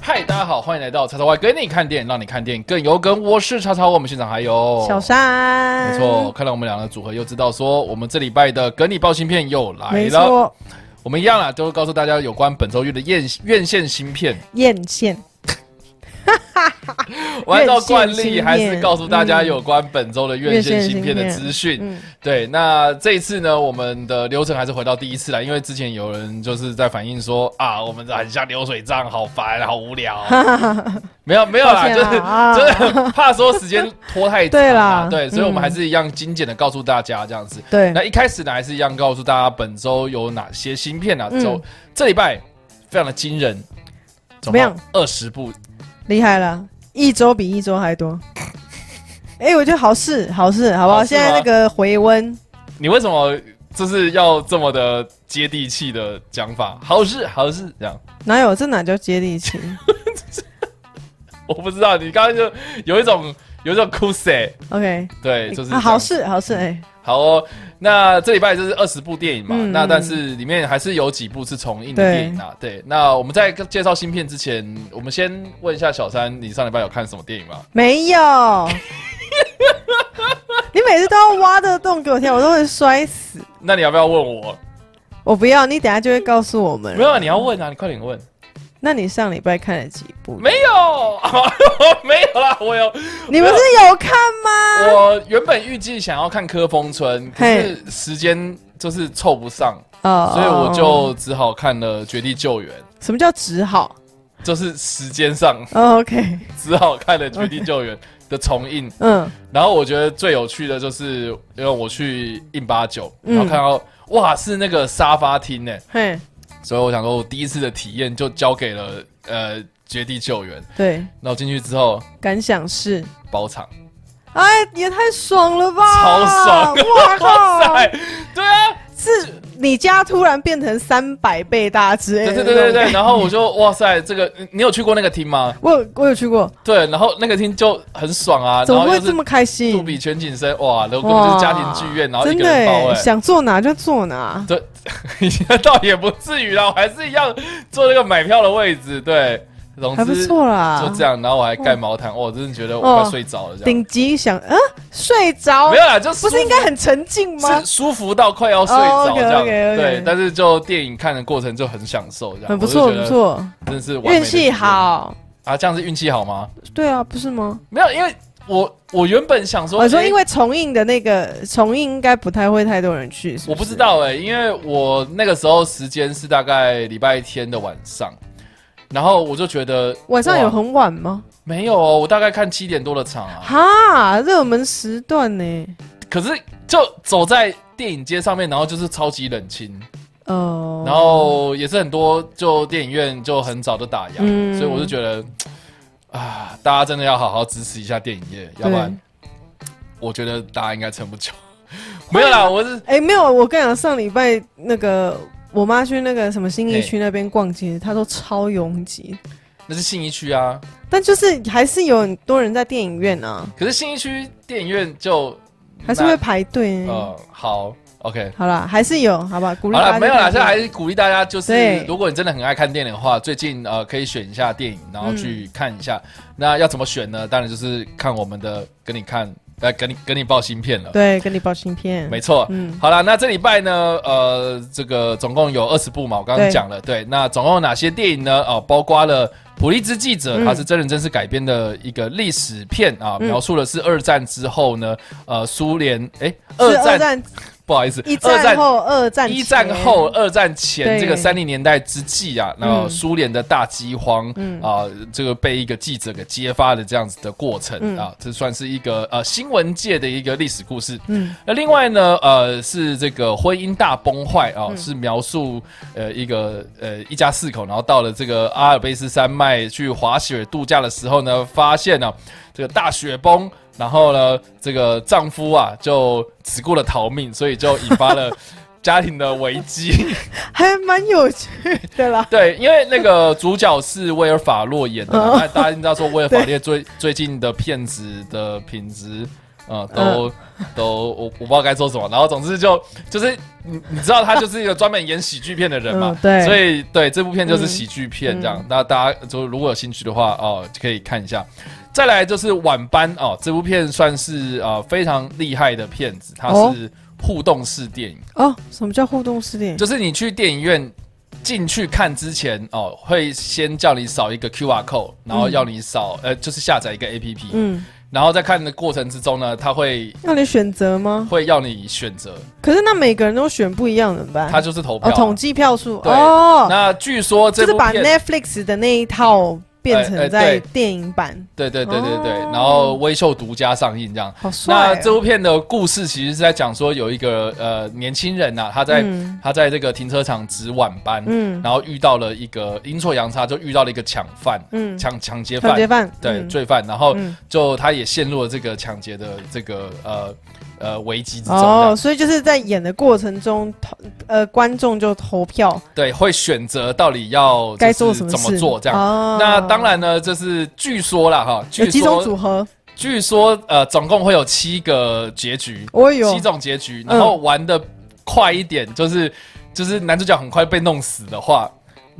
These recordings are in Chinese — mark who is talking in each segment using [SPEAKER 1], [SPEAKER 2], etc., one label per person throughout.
[SPEAKER 1] 嗨，大家好，欢迎来到叉叉 Y 跟你看电影，让你看电影更有梗。我是叉叉 Y，我们现场还有
[SPEAKER 2] 小
[SPEAKER 1] 哦
[SPEAKER 2] 山，
[SPEAKER 1] 没错，，看到我们两个组合，又知道说我们这礼拜的梗你爆新片又来
[SPEAKER 2] 没
[SPEAKER 1] 了。
[SPEAKER 2] 错，
[SPEAKER 1] 我们一样啦，都告诉大家有关本周月的院院线新片。
[SPEAKER 2] 艳羡
[SPEAKER 1] 我按照惯
[SPEAKER 2] 新
[SPEAKER 1] 例
[SPEAKER 2] 片
[SPEAKER 1] 还是告诉大家有关本周的院线新片的资讯。
[SPEAKER 2] 嗯，
[SPEAKER 1] 对，那这一次呢，我们的流程还是回到第一次啦，因为之前有人就是在反映说啊，我们很像流水账，好烦，好无 聊。没有没有啦，
[SPEAKER 2] 抱歉
[SPEAKER 1] 就是
[SPEAKER 2] 啊
[SPEAKER 1] 真的怕说时间拖太长
[SPEAKER 2] 对
[SPEAKER 1] 啦
[SPEAKER 2] 啦，
[SPEAKER 1] 对，所以我们
[SPEAKER 2] 嗯
[SPEAKER 1] 还是一样精简的告诉大家这样子。
[SPEAKER 2] 对，
[SPEAKER 1] 那一开始呢，还是一样告诉大家本周有哪些新片啊？
[SPEAKER 2] 嗯
[SPEAKER 1] 周这礼拜非常的惊人，
[SPEAKER 2] 怎么样？
[SPEAKER 1] 二十部，
[SPEAKER 2] 厉害了，一周比一周还多。 哎，我觉得好事，好事，好不
[SPEAKER 1] 好
[SPEAKER 2] 好？
[SPEAKER 1] 事
[SPEAKER 2] 现
[SPEAKER 1] 吗
[SPEAKER 2] 在那个回温，
[SPEAKER 1] 你为什么就是要这么的接地气的讲法？好事好事这样，
[SPEAKER 2] 哪有这哪叫接地气？
[SPEAKER 1] 我不知道，你刚刚就有一种有一种哭死、欸
[SPEAKER 2] OK，
[SPEAKER 1] 对，哎就是这
[SPEAKER 2] 啊，
[SPEAKER 1] 样
[SPEAKER 2] 好事好事，哎，
[SPEAKER 1] 好哦，那这礼拜就是二十部电影嘛，
[SPEAKER 2] 嗯
[SPEAKER 1] 那但是里面还是有几部是重映的电影啊。对，那我们在介绍新片之前，我们先问一下小三，你上礼拜有看什么电影吗？
[SPEAKER 2] 没有。 你每次都要挖这个洞给我跳，我都会摔死。
[SPEAKER 1] 那你要不要问我？
[SPEAKER 2] 我不要，你等下就会告诉我们
[SPEAKER 1] 没。有，你要问啊，你快点问。
[SPEAKER 2] 那你上礼拜看了几部？
[SPEAKER 1] 没有， 没有啦，我有。
[SPEAKER 2] 你们是有看吗？
[SPEAKER 1] 我原本预计想要看《科风村》，可是时间就是凑不上，
[SPEAKER 2] 哦
[SPEAKER 1] 所以我就只好看了《绝地救援》。
[SPEAKER 2] 什么叫只好、
[SPEAKER 1] 就是时间上
[SPEAKER 2] 哦、？OK，
[SPEAKER 1] 只好看了《绝地救援》的重映，
[SPEAKER 2] 嗯，
[SPEAKER 1] 然后我觉得最有趣的就是，因为我去印八九，
[SPEAKER 2] 嗯
[SPEAKER 1] 然后看到、哇是那个沙发厅呢，
[SPEAKER 2] 嘿，
[SPEAKER 1] 所以我想说，我第一次的体验就交给了呃绝地救援。
[SPEAKER 2] 对，
[SPEAKER 1] 然后进去之后
[SPEAKER 2] 感想是，
[SPEAKER 1] 包场，
[SPEAKER 2] 哎，也太爽了吧！
[SPEAKER 1] 超爽！
[SPEAKER 2] 哇靠！
[SPEAKER 1] 塞，对啊，
[SPEAKER 2] 是你家突然变成三百倍大哎之类
[SPEAKER 1] 对
[SPEAKER 2] 的，
[SPEAKER 1] 对对对对。。 然后我就哇塞，这个你你有去过那个厅吗？
[SPEAKER 2] 我有我有去过，
[SPEAKER 1] 对，然后那个厅就很爽啊，
[SPEAKER 2] 怎
[SPEAKER 1] 然
[SPEAKER 2] 么
[SPEAKER 1] 后
[SPEAKER 2] 会
[SPEAKER 1] 又
[SPEAKER 2] 这
[SPEAKER 1] 是
[SPEAKER 2] 么开
[SPEAKER 1] 杜
[SPEAKER 2] 心？
[SPEAKER 1] 比全景声，哇，然后根本就是家庭剧院，然后一
[SPEAKER 2] 真
[SPEAKER 1] 个
[SPEAKER 2] 的
[SPEAKER 1] 人包
[SPEAKER 2] 欸
[SPEAKER 1] 哎、
[SPEAKER 2] 想坐哪就坐哪。
[SPEAKER 1] 对， 倒也不至于啦，我还是一样坐那个买票的位置。对，总
[SPEAKER 2] 还不
[SPEAKER 1] 之
[SPEAKER 2] 错啊啦，
[SPEAKER 1] 就这样，然后我还盖毛毯，哦我真的觉得我快睡着了，这样
[SPEAKER 2] 顶级想啊，睡着
[SPEAKER 1] 没有啦，就
[SPEAKER 2] 不
[SPEAKER 1] 舒服
[SPEAKER 2] 是应该很沉静吗
[SPEAKER 1] 是？舒服到快要睡着这样，
[SPEAKER 2] 哦，OK，OK，OK
[SPEAKER 1] 对。但是就电影看的过程就很享受，这样
[SPEAKER 2] 很不错，
[SPEAKER 1] 我就觉
[SPEAKER 2] 不
[SPEAKER 1] 得
[SPEAKER 2] 错，
[SPEAKER 1] 真的是完美的
[SPEAKER 2] 运气
[SPEAKER 1] 体验
[SPEAKER 2] 好。
[SPEAKER 1] 啊！这样是运气好吗？
[SPEAKER 2] 对啊，不是吗？
[SPEAKER 1] 没有，因为我我原本想说，
[SPEAKER 2] 我哦说，
[SPEAKER 1] 诶
[SPEAKER 2] 因为重映的那个重映应该不太会太多人去，是
[SPEAKER 1] 我
[SPEAKER 2] 不
[SPEAKER 1] 不
[SPEAKER 2] 是
[SPEAKER 1] 知。道哎、因为我那个时候时间是大概礼拜天的晚上，然后我就觉得
[SPEAKER 2] 晚上有
[SPEAKER 1] 哇
[SPEAKER 2] 很晚吗？
[SPEAKER 1] 没有哦，我大概看七点多的场啊。
[SPEAKER 2] 哈，热门时段呢？
[SPEAKER 1] 可是就走在电影街上面，然后就是超级冷清，
[SPEAKER 2] 哦，
[SPEAKER 1] 然后也是很多就电影院就很早就打烊，
[SPEAKER 2] 嗯
[SPEAKER 1] 所以我就觉得啊，大家真的要好好支持一下电影业，要
[SPEAKER 2] 对
[SPEAKER 1] 不然我觉得大家应该撑不久。 没有啦，我是
[SPEAKER 2] 哎，没有，我跟你讲，上礼拜那个我妈去那个什么新义区那边逛街，她说超拥挤，
[SPEAKER 1] 那是信义区啊，
[SPEAKER 2] 但就是还是有很多人在电影院啊，
[SPEAKER 1] 可是信义区电影院就
[SPEAKER 2] 还是会排队。
[SPEAKER 1] 呃好 OK。
[SPEAKER 2] 好啦，还是有，好吧，鼓励
[SPEAKER 1] 好
[SPEAKER 2] 大家
[SPEAKER 1] 了，
[SPEAKER 2] 去
[SPEAKER 1] 没有啦，
[SPEAKER 2] 看
[SPEAKER 1] 现在还是鼓励大家，就是
[SPEAKER 2] 对
[SPEAKER 1] 如果你真的很爱看电影的话，最近呃可以选一下电影，然后去看一下。
[SPEAKER 2] 嗯
[SPEAKER 1] 那要怎么选呢？当然就是看我们的，跟你看，呃，跟你跟你报芯片了。
[SPEAKER 2] 对，跟你报芯片，
[SPEAKER 1] 没错。
[SPEAKER 2] 嗯，
[SPEAKER 1] 好了，那这礼拜呢，呃，这个总共有二十部嘛，我刚刚
[SPEAKER 2] 对
[SPEAKER 1] 讲了，对，那总共有哪些电影呢？哦、包括了《普利兹记者》
[SPEAKER 2] 嗯
[SPEAKER 1] 它是真人真事改编的一个历史片啊，
[SPEAKER 2] 嗯
[SPEAKER 1] 描述的是二战之后呢，呃，苏联，哎，
[SPEAKER 2] 是
[SPEAKER 1] 二战，
[SPEAKER 2] 二战
[SPEAKER 1] 不好意思，
[SPEAKER 2] 一
[SPEAKER 1] 二战
[SPEAKER 2] 战后二战
[SPEAKER 1] 一
[SPEAKER 2] 前
[SPEAKER 1] 战后、二战前
[SPEAKER 2] 对
[SPEAKER 1] 这个三零年代之际啊，然后苏联的大饥荒啊、
[SPEAKER 2] 嗯
[SPEAKER 1] 这个被一个记者给揭发的这样子的过程
[SPEAKER 2] 嗯
[SPEAKER 1] 啊，这算是一个呃新闻界的一个历史故事。
[SPEAKER 2] 嗯
[SPEAKER 1] 那另外呢，呃，是这个婚姻大崩坏啊，
[SPEAKER 2] 嗯
[SPEAKER 1] 是描述呃一个呃一家四口，然后到了这个阿尔卑斯山脉去滑雪度假的时候呢，发现呢、这个大雪崩，然后呢这个丈夫啊就只顾了逃命，所以就引发了家庭的危机。
[SPEAKER 2] 还蛮有趣的啦。
[SPEAKER 1] 对，因为那个主角是威尔法洛演的
[SPEAKER 2] 哦
[SPEAKER 1] 嘛，那大家应该说威尔法 洛最最近的片子的品质，呃，
[SPEAKER 2] 嗯
[SPEAKER 1] 都 都我我不知道该说什么。然后总之就就是你你知道他就是一个专门演喜剧片的人嘛
[SPEAKER 2] 嗯，对嗯
[SPEAKER 1] 所以对这部片就是喜剧片这样。那大家就如果有兴趣的话哦，可以看一下。再来就是晚班哦，这部片算是呃非常厉害的片子，它
[SPEAKER 2] 哦
[SPEAKER 1] 是互动式电影。
[SPEAKER 2] 哦，什么叫互动式电影？
[SPEAKER 1] 就是你去电影院进去看之前哦，会先叫你扫一个 QR code，然后要你扫、呃，就是下载一个 APP，、
[SPEAKER 2] 嗯，
[SPEAKER 1] 然后在看的过程之中呢，他会
[SPEAKER 2] 让你选择吗？
[SPEAKER 1] 会要你选择，
[SPEAKER 2] 可是那每个人都选不一样怎么办？
[SPEAKER 1] 他就是投票。
[SPEAKER 2] 哦，统计票数
[SPEAKER 1] 对
[SPEAKER 2] 哦，
[SPEAKER 1] 那据说这
[SPEAKER 2] 就是
[SPEAKER 1] 部
[SPEAKER 2] 把
[SPEAKER 1] 片，
[SPEAKER 2] Netflix 的那一套变
[SPEAKER 1] 哎哎
[SPEAKER 2] 成在
[SPEAKER 1] 对
[SPEAKER 2] 电影版，
[SPEAKER 1] 对对对对对，
[SPEAKER 2] 哦
[SPEAKER 1] 然后微秀独家上映这样。
[SPEAKER 2] 好帅
[SPEAKER 1] 那
[SPEAKER 2] 哦。
[SPEAKER 1] 这部片的故事其实是在讲说，有一个呃年轻人呐、他在、
[SPEAKER 2] 嗯
[SPEAKER 1] 他在这个停车场值晚班，
[SPEAKER 2] 嗯
[SPEAKER 1] 然后遇到了一个阴错阳差，就遇到了一个抢犯，
[SPEAKER 2] 嗯，
[SPEAKER 1] 抢抢劫
[SPEAKER 2] 抢
[SPEAKER 1] 犯
[SPEAKER 2] 劫，犯
[SPEAKER 1] 对
[SPEAKER 2] 嗯
[SPEAKER 1] 罪犯，然后
[SPEAKER 2] 嗯
[SPEAKER 1] 就他也陷入了这个抢劫的这个呃呃危机之中，
[SPEAKER 2] 哦，
[SPEAKER 1] 哦、
[SPEAKER 2] 所以就是在演的过程中，投呃，观众就投票
[SPEAKER 1] 对，会选择到底要
[SPEAKER 2] 该
[SPEAKER 1] 就
[SPEAKER 2] 做
[SPEAKER 1] 是
[SPEAKER 2] 什么事，
[SPEAKER 1] 怎么做这样。
[SPEAKER 2] 哦
[SPEAKER 1] 那当然呢，就是据说啦哈，
[SPEAKER 2] 有
[SPEAKER 1] 据
[SPEAKER 2] 几种
[SPEAKER 1] 说
[SPEAKER 2] 组合，
[SPEAKER 1] 据说呃总共会有七个结局，
[SPEAKER 2] 我有
[SPEAKER 1] 七种结局，
[SPEAKER 2] 嗯
[SPEAKER 1] 然后玩的快一点，就是就是男主角很快被弄死的话。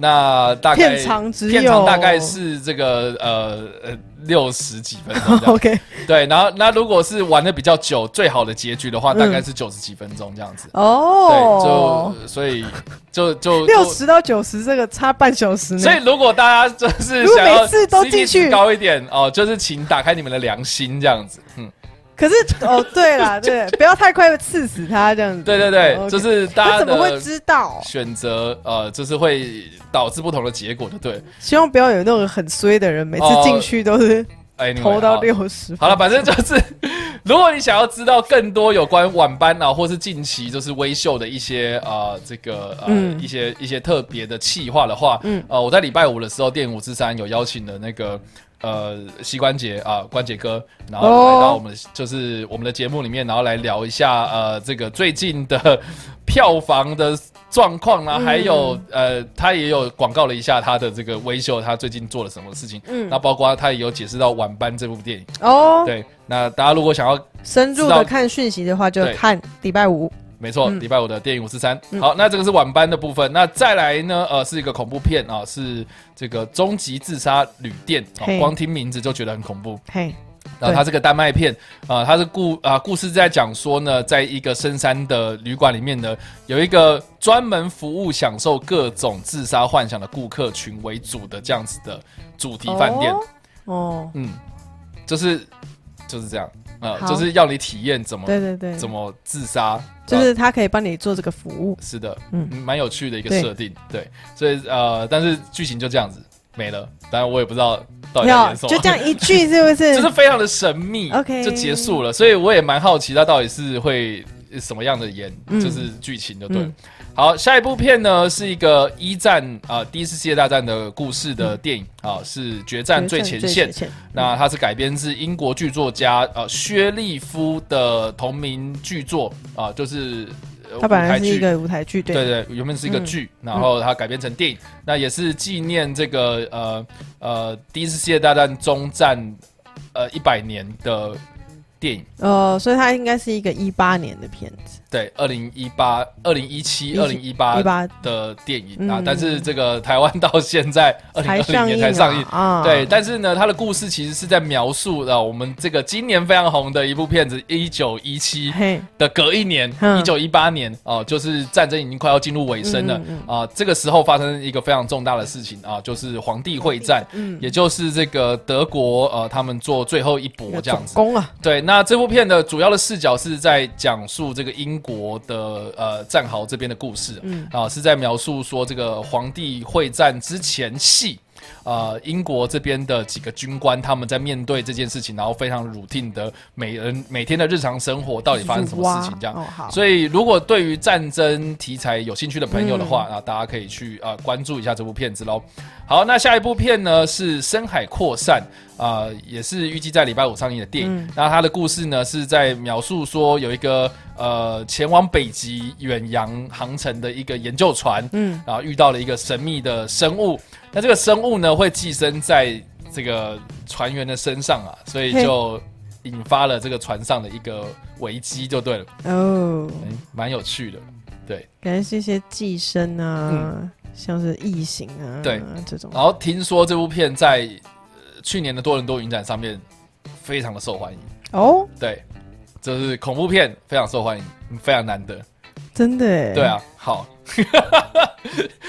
[SPEAKER 1] 那大概
[SPEAKER 2] 片长只有
[SPEAKER 1] 片长大概是这个呃呃六十几分钟这样，
[SPEAKER 2] OK
[SPEAKER 1] 对，然后那如果是玩的比较久，最好的结局的话，大概是九十几分钟这样子。
[SPEAKER 2] 嗯哦，
[SPEAKER 1] 对，就所以就就
[SPEAKER 2] 六。
[SPEAKER 1] 就
[SPEAKER 2] 十到九十这个差半小时呢，
[SPEAKER 1] 所以如果大家就是
[SPEAKER 2] 如果
[SPEAKER 1] 想要
[SPEAKER 2] 每次都
[SPEAKER 1] CP
[SPEAKER 2] 进去
[SPEAKER 1] 值高一点哦，就是请打开你们的良心这样子。嗯，
[SPEAKER 2] 可是 哦，对啦，对，不要太快刺死他这样子。
[SPEAKER 1] 对对对，
[SPEAKER 2] 哦，OK
[SPEAKER 1] 就是
[SPEAKER 2] 他
[SPEAKER 1] 大家
[SPEAKER 2] 怎么会
[SPEAKER 1] 的
[SPEAKER 2] 知道？
[SPEAKER 1] 选择呃，就是会导致不同的结果的。对，
[SPEAKER 2] 希望不要有那种很衰的人，每次
[SPEAKER 1] 哦
[SPEAKER 2] 进去都是
[SPEAKER 1] 哎， 你们
[SPEAKER 2] 投到
[SPEAKER 1] 好
[SPEAKER 2] 六十。
[SPEAKER 1] 好了，反正就是， 如果你想要知道更多有关晚班啊，或是近期就是微秀的一些呃这个呃、
[SPEAKER 2] 嗯
[SPEAKER 1] 一些一些特别的企划的话，
[SPEAKER 2] 嗯
[SPEAKER 1] 呃，我在礼拜五的时候，电影五之三有邀请了那个。呃，膝关节啊、关节哥，然后
[SPEAKER 2] 哦
[SPEAKER 1] 来到我们、就是我们的节目里面，然后来聊一下呃这个最近的 票房的状况
[SPEAKER 2] 嗯
[SPEAKER 1] 啦、啊，还有呃他也有广告了一下他的这个微秀，他最近做了什么事情，
[SPEAKER 2] 嗯
[SPEAKER 1] 那包括他也有解释到《晚班》这部电影，
[SPEAKER 2] 哦，
[SPEAKER 1] 对，那大家如果想要，
[SPEAKER 2] 深入的看讯息的话，就
[SPEAKER 1] 对
[SPEAKER 2] 看礼拜五。
[SPEAKER 1] 没错，
[SPEAKER 2] 嗯
[SPEAKER 1] 礼拜五的电影五四三。
[SPEAKER 2] 嗯
[SPEAKER 1] 好，那这个是晚班的部分。那再来呢，呃，是一个恐怖片啊，是这个《终极自杀旅店》哦，
[SPEAKER 2] 嘿
[SPEAKER 1] 光听名字就觉得很恐怖。
[SPEAKER 2] 嘿，
[SPEAKER 1] 然后它是个丹麦片，啊，它是故啊、故事在讲说呢，在一个深山的旅馆里面呢，有一个专门服务享受各种自杀幻想的顾客群为主的这样子的主题饭店。
[SPEAKER 2] 哦，
[SPEAKER 1] 嗯，就是就是这样啊、
[SPEAKER 2] 好
[SPEAKER 1] 就是要你体验怎么
[SPEAKER 2] 对对对，
[SPEAKER 1] 怎么自杀，
[SPEAKER 2] 就是他可以帮你做这个服务。
[SPEAKER 1] 是的，嗯
[SPEAKER 2] 嗯，
[SPEAKER 1] 蛮有趣的一个
[SPEAKER 2] 对
[SPEAKER 1] 设定，对，所以呃，但是剧情就这样子没了，当然我也不知道到底在
[SPEAKER 2] 要
[SPEAKER 1] 演什么，
[SPEAKER 2] 就这样一句是不是？
[SPEAKER 1] 就是非常的神秘
[SPEAKER 2] OK
[SPEAKER 1] 就结束了，所以我也蛮好奇它到底是会呃什么样的演，
[SPEAKER 2] 嗯
[SPEAKER 1] 就是剧情就对了。
[SPEAKER 2] 嗯
[SPEAKER 1] 好，下一部片呢是一个一战啊、呃第一次世界大战的故事的电影
[SPEAKER 2] 嗯
[SPEAKER 1] 啊、是《决战最前线》。那它是改编自英国剧作家呃薛利夫的同名剧作啊、就是呃
[SPEAKER 2] 他本来
[SPEAKER 1] 舞
[SPEAKER 2] 是
[SPEAKER 1] 台
[SPEAKER 2] 一
[SPEAKER 1] 剧
[SPEAKER 2] 个舞台剧，对
[SPEAKER 1] 对对，原本是一个
[SPEAKER 2] 嗯
[SPEAKER 1] 剧，然后它改编成电影，那也是纪念这个呃呃第一次世界大战中战呃一百年的电影，
[SPEAKER 2] 呃，所以他应该是一个一八年的片子，
[SPEAKER 1] 对，二零一八、二零一七、啊二零一
[SPEAKER 2] 一
[SPEAKER 1] 八
[SPEAKER 2] 八
[SPEAKER 1] 的电影啊，
[SPEAKER 2] 嗯
[SPEAKER 1] 但是这个台湾到现在二零二零
[SPEAKER 2] 才上
[SPEAKER 1] 年
[SPEAKER 2] 映
[SPEAKER 1] 才上映。
[SPEAKER 2] 啊，啊
[SPEAKER 1] 对，，但是呢，它的故事其实是在描述啊，我们这个今年非常红的一部片子《一九一七》
[SPEAKER 2] 嘿，
[SPEAKER 1] 的隔一年，一
[SPEAKER 2] 嗯
[SPEAKER 1] 九一八年哦、就是战争已经快要进入尾声了啊、
[SPEAKER 2] 嗯嗯
[SPEAKER 1] 这个时候发生一个非常重大的事情啊、就是皇帝会战，
[SPEAKER 2] 嗯，
[SPEAKER 1] 也就是这个德国呃，他们做最后一搏这样子。
[SPEAKER 2] 攻啊，
[SPEAKER 1] 对，那这部片的主要的视角是在讲述这个英国的呃战壕这边的故事，
[SPEAKER 2] 嗯
[SPEAKER 1] 啊、是在描述说这个皇帝会战之前戏呃英国这边的几个军官他们在面对这件事情，然后非常 routine 的每人每天的日常生活到底发生什么事情这样。
[SPEAKER 2] 哦好，
[SPEAKER 1] 所以如果对于战争题材有兴趣的朋友的
[SPEAKER 2] 嗯
[SPEAKER 1] 话，啊，大家可以去啊、呃关注一下这部片子喽。好，那下一部片呢是《深海扩散》啊、也是预计在礼拜五上映的电
[SPEAKER 2] 嗯
[SPEAKER 1] 影。那它的故事呢是在描述说有一个呃前往北极远洋航程的一个研究船，
[SPEAKER 2] 嗯，
[SPEAKER 1] 然后遇到了一个神秘的生物。那这个生物呢，会寄生在这个船员的身上啊，所以
[SPEAKER 2] 嘿
[SPEAKER 1] 就引发了这个船上的一个危机，就对了，
[SPEAKER 2] 哦，
[SPEAKER 1] 嗯蛮、有趣的。对，
[SPEAKER 2] 感觉是一些寄生啊，像是异形啊，
[SPEAKER 1] 嗯对哦
[SPEAKER 2] 这种
[SPEAKER 1] 然后听说这部片在、呃去年的多伦多影展上面非常的受欢迎，
[SPEAKER 2] 哦，
[SPEAKER 1] 对，就是恐怖片非常受欢迎，非常难得。
[SPEAKER 2] 真的哎，
[SPEAKER 1] 对，啊，好，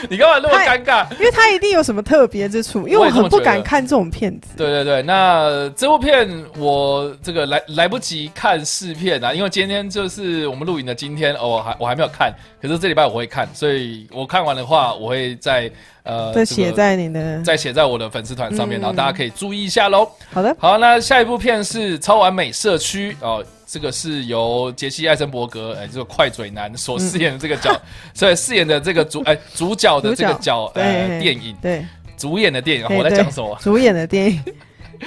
[SPEAKER 1] 你干嘛那么尴尬？
[SPEAKER 2] 因为它一定有什么特别之处，因为
[SPEAKER 1] 我
[SPEAKER 2] 我
[SPEAKER 1] 也这么
[SPEAKER 2] 很不
[SPEAKER 1] 觉
[SPEAKER 2] 敢
[SPEAKER 1] 得
[SPEAKER 2] 看这种片子，
[SPEAKER 1] 对对对，那这部片我这个来来不及看试片啊，因为今天就是我们录影的今天，哦，我还我还没有看，可是这礼拜我会看，所以我看完的话，我会在呃
[SPEAKER 2] 对，
[SPEAKER 1] 这
[SPEAKER 2] 写
[SPEAKER 1] 个
[SPEAKER 2] 在你的
[SPEAKER 1] 再写在我的粉丝团上面，
[SPEAKER 2] 嗯
[SPEAKER 1] 然后大家可以注意一下喽。
[SPEAKER 2] 好的，
[SPEAKER 1] 好，那下一部片是《超完美社区》哦，这个是由杰西·艾森伯格，哎，这个快嘴男所饰演的这个角， 所以饰演的这个主哎主角的这个角呃
[SPEAKER 2] 对
[SPEAKER 1] 电影
[SPEAKER 2] 对，
[SPEAKER 1] 主演的电影，哦
[SPEAKER 2] 嘿
[SPEAKER 1] 我在讲什么？
[SPEAKER 2] 主演的电影，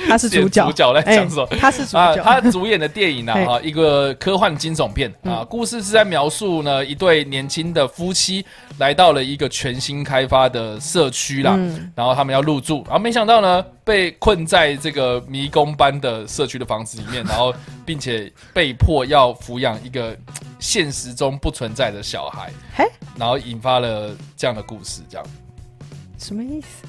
[SPEAKER 2] 他是 主角，
[SPEAKER 1] 主角在讲什么？
[SPEAKER 2] 哎他是主
[SPEAKER 1] 啊，
[SPEAKER 2] 角，
[SPEAKER 1] 他主演的电影呢，
[SPEAKER 2] 嘿嗯
[SPEAKER 1] 啊，一个科幻惊悚片啊，故事是在描述呢一对年轻的夫妻来到了一个全新开发的社区啦，
[SPEAKER 2] 嗯
[SPEAKER 1] 然后他们要入住，然后没想到呢被困在这个迷宫般的社区的房子里面，然后并且被迫要抚养一个嘖现实中不存在的小孩，
[SPEAKER 2] 嘿，
[SPEAKER 1] 然后引发了这样的故事，这样。
[SPEAKER 2] 什么意思？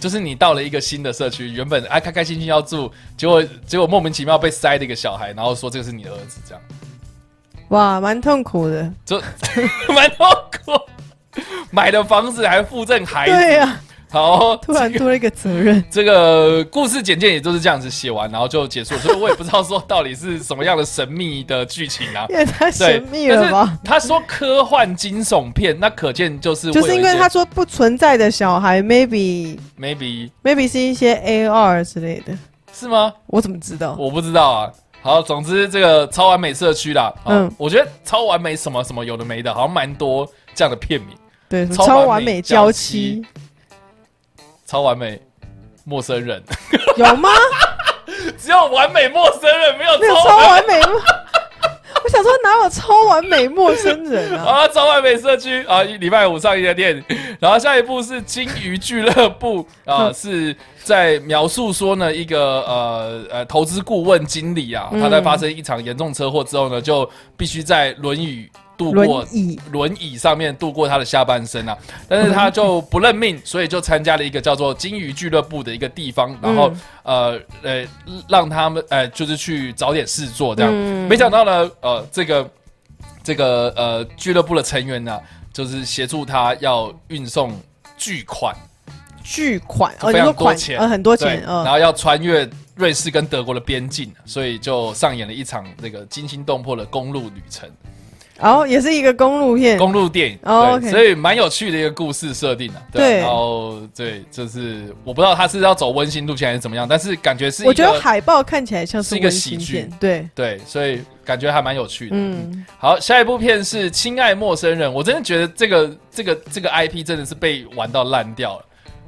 [SPEAKER 1] 就是你到了一个新的社区，原本啊开开心心要住，结果结果莫名其妙被塞了一个小孩，然后说这个是你的儿子，这样
[SPEAKER 2] 哇，蛮痛苦的，
[SPEAKER 1] 就 蛮痛苦。买的房子还附赠孩子，
[SPEAKER 2] 对呀，
[SPEAKER 1] 好，
[SPEAKER 2] 突然多了一个责任，
[SPEAKER 1] 这个故事简介也就是这样子写完，然后就结束了。所以我也不知道说到底是什么样的神秘的剧情
[SPEAKER 2] 。
[SPEAKER 1] 啊
[SPEAKER 2] 也太
[SPEAKER 1] 对
[SPEAKER 2] 神，秘了
[SPEAKER 1] 但是
[SPEAKER 2] 吧？
[SPEAKER 1] 他说科幻惊悚片，那可见就是
[SPEAKER 2] 就是因为他
[SPEAKER 1] 他
[SPEAKER 2] 说不存在的小孩，maybe
[SPEAKER 1] maybe
[SPEAKER 2] maybe 是一些 AR 之类的，
[SPEAKER 1] 是吗？
[SPEAKER 2] 我怎么知道？
[SPEAKER 1] 我不知道啊。好，总之这个超完美社区啦，嗯
[SPEAKER 2] 嗯，
[SPEAKER 1] 我觉得超完美什么什么有的没的，好像蛮多这样的片名，
[SPEAKER 2] 对，什么
[SPEAKER 1] 超
[SPEAKER 2] 超
[SPEAKER 1] 完
[SPEAKER 2] 完
[SPEAKER 1] 美
[SPEAKER 2] 美
[SPEAKER 1] 娇
[SPEAKER 2] 娇
[SPEAKER 1] 妻
[SPEAKER 2] 妻
[SPEAKER 1] 超完美陌生人，
[SPEAKER 2] 有吗？
[SPEAKER 1] 只有完美陌生人，没有
[SPEAKER 2] 没有
[SPEAKER 1] 超
[SPEAKER 2] 超
[SPEAKER 1] 完
[SPEAKER 2] 完美吗？ 我想说哪有超完美陌生人
[SPEAKER 1] 美
[SPEAKER 2] 啊？
[SPEAKER 1] 啊，超完美社区啊，礼拜五上映的电影，然后下一部是《金鱼俱乐部》啊，
[SPEAKER 2] 嗯
[SPEAKER 1] 是在描述说呢一个呃呃投资顾问经理啊，他在
[SPEAKER 2] 嗯
[SPEAKER 1] 发生一场严重车祸之后呢，就必须在轮椅度
[SPEAKER 2] 轮
[SPEAKER 1] 过
[SPEAKER 2] 椅
[SPEAKER 1] 轮椅上面度过他的下半生啊，但是他就不认命，所以就参加了一个叫做金鱼俱乐部的一个地方，然后、
[SPEAKER 2] 嗯
[SPEAKER 1] 呃呃让他们呃就是去找点事做这样，
[SPEAKER 2] 嗯
[SPEAKER 1] 没想到呢呃这个这个呃俱乐部的成员呢、就是协助他要运送巨款，
[SPEAKER 2] 巨款哦，
[SPEAKER 1] 非
[SPEAKER 2] 你
[SPEAKER 1] 常
[SPEAKER 2] 说
[SPEAKER 1] 多
[SPEAKER 2] 款
[SPEAKER 1] 钱，
[SPEAKER 2] 呃很多
[SPEAKER 1] 对
[SPEAKER 2] 钱，嗯
[SPEAKER 1] 然后要穿越瑞士跟德国的边境，所以就上演了一场那个惊心动魄的公路旅程。
[SPEAKER 2] 然后也是一个公路片，
[SPEAKER 1] 公路电影，
[SPEAKER 2] 哦
[SPEAKER 1] 对，
[SPEAKER 2] OK
[SPEAKER 1] 所以蛮有趣的一个故事设定的、啊。
[SPEAKER 2] 对
[SPEAKER 1] 然后对，就是我不知道他是要走温馨路线还是怎么样，但是感觉是一
[SPEAKER 2] 我觉得
[SPEAKER 1] 个
[SPEAKER 2] 海报看起来像
[SPEAKER 1] 是
[SPEAKER 2] 是
[SPEAKER 1] 一个
[SPEAKER 2] 温
[SPEAKER 1] 喜
[SPEAKER 2] 馨
[SPEAKER 1] 剧
[SPEAKER 2] 片，对，
[SPEAKER 1] 对，所以感觉还蛮有趣的。嗯，
[SPEAKER 2] 嗯，
[SPEAKER 1] 好，下一部片是《亲爱陌生人》，我真的觉得这个这个这个 IP 真的是被玩到烂掉了。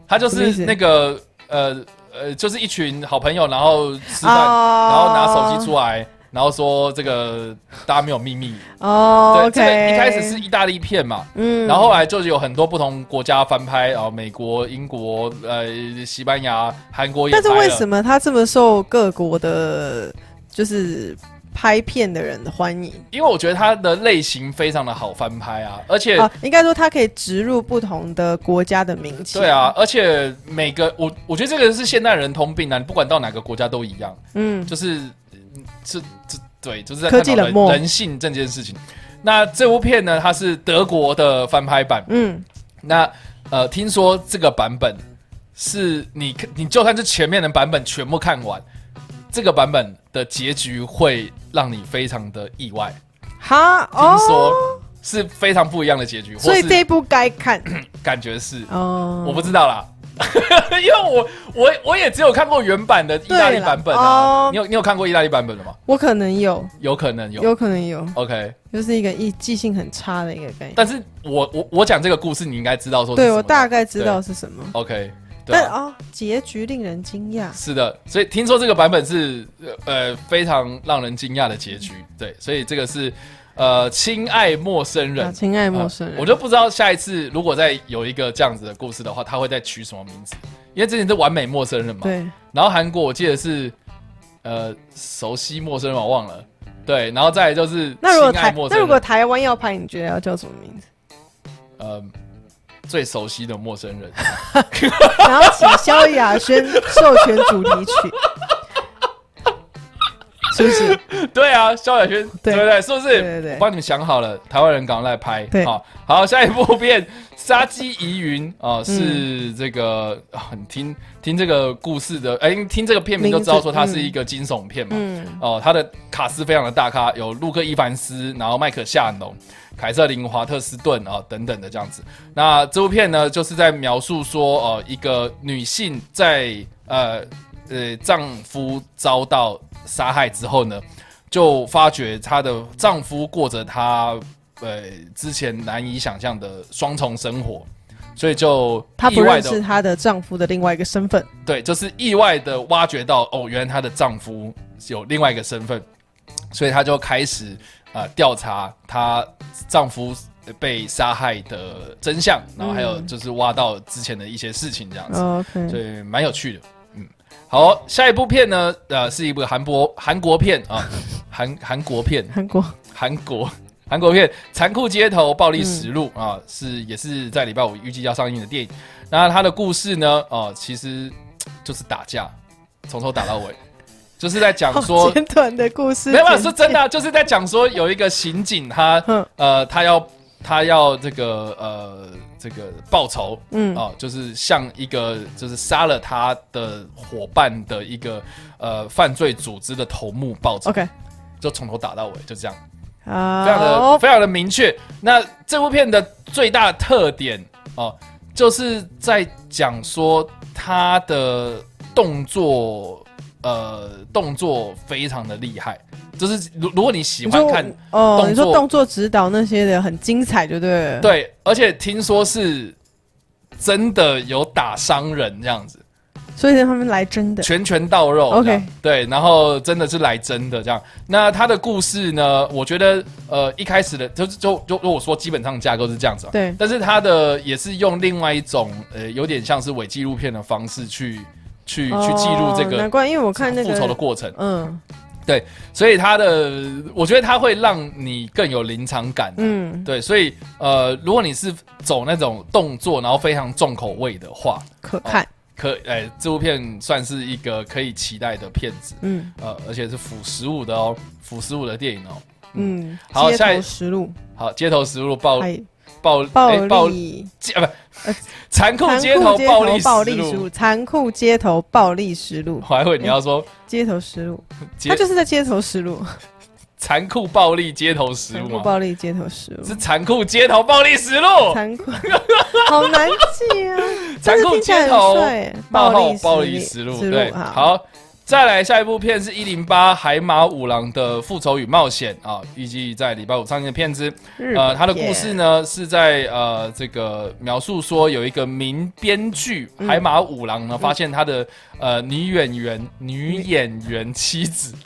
[SPEAKER 1] 他就
[SPEAKER 2] 什么意
[SPEAKER 1] 是
[SPEAKER 2] 思
[SPEAKER 1] 那个呃呃，就是一群好朋友，然后吃饭，
[SPEAKER 2] 哦
[SPEAKER 1] 然后拿手机出来。然后说这个大家没有秘密，
[SPEAKER 2] 哦
[SPEAKER 1] 对，
[SPEAKER 2] ，OK，
[SPEAKER 1] 这个一开始是意大利片嘛，
[SPEAKER 2] 嗯
[SPEAKER 1] 然后后来就是有很多不同国家翻拍，然、后美国、英国、呃、西班牙、韩国也
[SPEAKER 2] 但是为什
[SPEAKER 1] 么？
[SPEAKER 2] 么他这么受各国的，就是拍片的人的欢迎
[SPEAKER 1] 因为我觉得它的类型非常的好翻拍啊，而且、
[SPEAKER 2] 啊？应该说他可以植入不同的国家的名气。
[SPEAKER 1] 对啊，，而且每个我我觉得这个是现代人通病啊，你不管到哪个国家都一样，
[SPEAKER 2] 嗯，
[SPEAKER 1] 就是嗯这这对，就是在
[SPEAKER 2] 科技
[SPEAKER 1] 探讨
[SPEAKER 2] 冷漠
[SPEAKER 1] 人性这件事情。那这部片呢，它是德国的翻拍版，
[SPEAKER 2] 嗯，
[SPEAKER 1] 那呃，听说这个版本是你你就算是前面的版本全部看完，这个版本的结局会让你非常的意外。
[SPEAKER 2] 哈，
[SPEAKER 1] 听
[SPEAKER 2] 哦，
[SPEAKER 1] 说是非常不一样的结局，或
[SPEAKER 2] 所以这
[SPEAKER 1] 是
[SPEAKER 2] 一部该看
[SPEAKER 1] 感觉是，
[SPEAKER 2] 哦。
[SPEAKER 1] 我不知道啦。 因为我我我也只有看过原版的意大利
[SPEAKER 2] 对啦
[SPEAKER 1] 版本啊。
[SPEAKER 2] 哦
[SPEAKER 1] 你有你有看过意大利版本的吗？
[SPEAKER 2] 我可能有，
[SPEAKER 1] 有可能有。
[SPEAKER 2] 有可能有，
[SPEAKER 1] OK，
[SPEAKER 2] 就是一个记记性很差的一个概念。
[SPEAKER 1] 但是我我我讲这个故哦事，你应该知道说是
[SPEAKER 2] 对
[SPEAKER 1] 什么
[SPEAKER 2] 我
[SPEAKER 1] 的
[SPEAKER 2] 大概知道是什么，
[SPEAKER 1] OK，对
[SPEAKER 2] 但
[SPEAKER 1] 啊、
[SPEAKER 2] 啊、哦，结局令人惊讶。
[SPEAKER 1] 是的，所以听说这个版本是呃呃非常让人惊讶的结局，对，所以这个是呃亲爱陌生人
[SPEAKER 2] 啊，。亲爱
[SPEAKER 1] 呃
[SPEAKER 2] 陌生人，
[SPEAKER 1] 我就不知道下一次如果再有一个这样子的故事的话，他会再取什么名字？因为之前是完美陌生人嘛，
[SPEAKER 2] 对
[SPEAKER 1] 然后韩国我记得是呃熟悉陌生人，我忘了，对，然后再来就是
[SPEAKER 2] 那如果
[SPEAKER 1] 亲爱
[SPEAKER 2] 台
[SPEAKER 1] 陌生
[SPEAKER 2] 那
[SPEAKER 1] 人
[SPEAKER 2] 如果台湾要拍，你觉得要叫什么名字？
[SPEAKER 1] 呃最熟悉的陌生人，
[SPEAKER 2] 然后请萧亚轩授权主题 曲，是不是？
[SPEAKER 1] 对啊，萧亚轩，对
[SPEAKER 2] 对
[SPEAKER 1] 不对？是不是？
[SPEAKER 2] 对对对
[SPEAKER 1] 我帮你们想好了，台湾人赶快来拍。
[SPEAKER 2] 对
[SPEAKER 1] 好，好，下一部片《 杀鸡疑云》啊，
[SPEAKER 2] 嗯
[SPEAKER 1] 是这个啊你听听这个故事的，哎，听这个片名就知道说它是一个惊悚片嘛。
[SPEAKER 2] 嗯，
[SPEAKER 1] 哦，它的卡斯非常的大咖，有路克·伊凡斯，然后迈克·夏农、凯瑟琳·华特斯顿啊、等等的这样子。那这部片呢，就是在描述说，呃，一个女性在呃呃丈夫遭到杀害之后呢，就发觉她的丈夫过着她呃之前难以想象的双重生活，所以就
[SPEAKER 2] 她
[SPEAKER 1] 意
[SPEAKER 2] 不
[SPEAKER 1] 外
[SPEAKER 2] 认
[SPEAKER 1] 的
[SPEAKER 2] 识她的丈夫的另外一个身份，
[SPEAKER 1] 对，就是意外的挖掘到哦，原来她的丈夫有另外一个身份，所以她就开始啊调查她丈夫被杀害的真相，然后还有
[SPEAKER 2] 嗯
[SPEAKER 1] 就是挖到之前的一些事情这样子，所
[SPEAKER 2] OK，
[SPEAKER 1] 以蛮有趣的。嗯，好，下一部片呢，呃，是一部韩国韩国片啊，韩韩国片，
[SPEAKER 2] 韩国
[SPEAKER 1] 韩国韩国片《残酷街头暴力实录》啊，是也是在礼拜五预计要上映的电影。那它的故事呢，哦、其实就是打架，从头打到尾，就是在讲
[SPEAKER 2] 好
[SPEAKER 1] 说，
[SPEAKER 2] 简短的故事，
[SPEAKER 1] 没有没有是真 的啊、就是在讲说有一个刑警他
[SPEAKER 2] 嗯
[SPEAKER 1] 呃他要他要这个呃这个报仇，
[SPEAKER 2] 嗯
[SPEAKER 1] 哦，就是像一个就是杀了他的伙伴的一个呃犯罪组织的头目报仇，
[SPEAKER 2] ，OK
[SPEAKER 1] 就从头打到尾，就这样。
[SPEAKER 2] 啊，
[SPEAKER 1] 非常的、
[SPEAKER 2] 哦
[SPEAKER 1] 非常的明确。那这部片的最大特点哦，就是在讲说他的动作，呃，动作非常的厉害。就是如如果你喜
[SPEAKER 2] 你
[SPEAKER 1] 欢
[SPEAKER 2] 说
[SPEAKER 1] 看，
[SPEAKER 2] 哦，
[SPEAKER 1] 动
[SPEAKER 2] 你
[SPEAKER 1] 作
[SPEAKER 2] 说动作指导那些的很精彩，就对了，
[SPEAKER 1] 对，而且听说是真的有打伤人这样子，
[SPEAKER 2] 所以他们来真的，
[SPEAKER 1] 拳拳到肉。
[SPEAKER 2] OK
[SPEAKER 1] 这样对，然后真的是来真的这样。那他的故事呢？我觉得呃，一开始的就就就就我说，基本上架构是这样子、啊。
[SPEAKER 2] 对
[SPEAKER 1] 但是他的也是用另外一种呃，有点像是伪纪录片的方式去去去记录这
[SPEAKER 2] 哦难
[SPEAKER 1] 个
[SPEAKER 2] 怪，因为我看那
[SPEAKER 1] 复仇的
[SPEAKER 2] 个，
[SPEAKER 1] 过程，
[SPEAKER 2] 嗯
[SPEAKER 1] 所以他的我觉得他会让你更有临场感。啊
[SPEAKER 2] 嗯，
[SPEAKER 1] 对，所以呃，如果你是走那种动作然后非常重口味的话，
[SPEAKER 2] 可看，
[SPEAKER 1] 可呃这部片算是一个可以期待的片子，
[SPEAKER 2] 嗯
[SPEAKER 1] 呃，而且是腐十五的哦，腐十五的电影哦。
[SPEAKER 2] 嗯，
[SPEAKER 1] 好
[SPEAKER 2] 街
[SPEAKER 1] 下一
[SPEAKER 2] 头实录，
[SPEAKER 1] 好，街头实录暴
[SPEAKER 2] 还
[SPEAKER 1] 暴哎
[SPEAKER 2] 哎暴
[SPEAKER 1] 暴
[SPEAKER 2] 力。
[SPEAKER 1] 街啊不
[SPEAKER 2] 呃，
[SPEAKER 1] 残酷
[SPEAKER 2] 残酷
[SPEAKER 1] 街头暴力
[SPEAKER 2] 暴
[SPEAKER 1] 实
[SPEAKER 2] 力实
[SPEAKER 1] 录
[SPEAKER 2] 录，残酷街头暴力实录
[SPEAKER 1] 我，还会你要说
[SPEAKER 2] 街头实录，
[SPEAKER 1] 街
[SPEAKER 2] 它就是在街头实录，
[SPEAKER 1] 残酷暴力街头实
[SPEAKER 2] 残
[SPEAKER 1] 录
[SPEAKER 2] 酷
[SPEAKER 1] 嘛，
[SPEAKER 2] 暴力街头实录
[SPEAKER 1] 是，残酷街头暴力实录，
[SPEAKER 2] 残酷，好难记啊！但
[SPEAKER 1] 哦 残
[SPEAKER 2] 是
[SPEAKER 1] 酷
[SPEAKER 2] 听起来
[SPEAKER 1] 街
[SPEAKER 2] 很
[SPEAKER 1] 头
[SPEAKER 2] 帅耶
[SPEAKER 1] 冒
[SPEAKER 2] 暴
[SPEAKER 1] 号
[SPEAKER 2] 力
[SPEAKER 1] 暴力实
[SPEAKER 2] 实
[SPEAKER 1] 录，
[SPEAKER 2] 实
[SPEAKER 1] 对，
[SPEAKER 2] 好，
[SPEAKER 1] 好。再来下一部片是一零八海马五郎的《复仇与冒险》啊，预计在礼拜五上映的片子。
[SPEAKER 2] 日
[SPEAKER 1] 呃，
[SPEAKER 2] 本
[SPEAKER 1] 他的
[SPEAKER 2] 片
[SPEAKER 1] 故事呢是在呃这个描述说有一个名编剧
[SPEAKER 2] 嗯
[SPEAKER 1] 海马五郎呢，发现他的呃女演员女演员妻子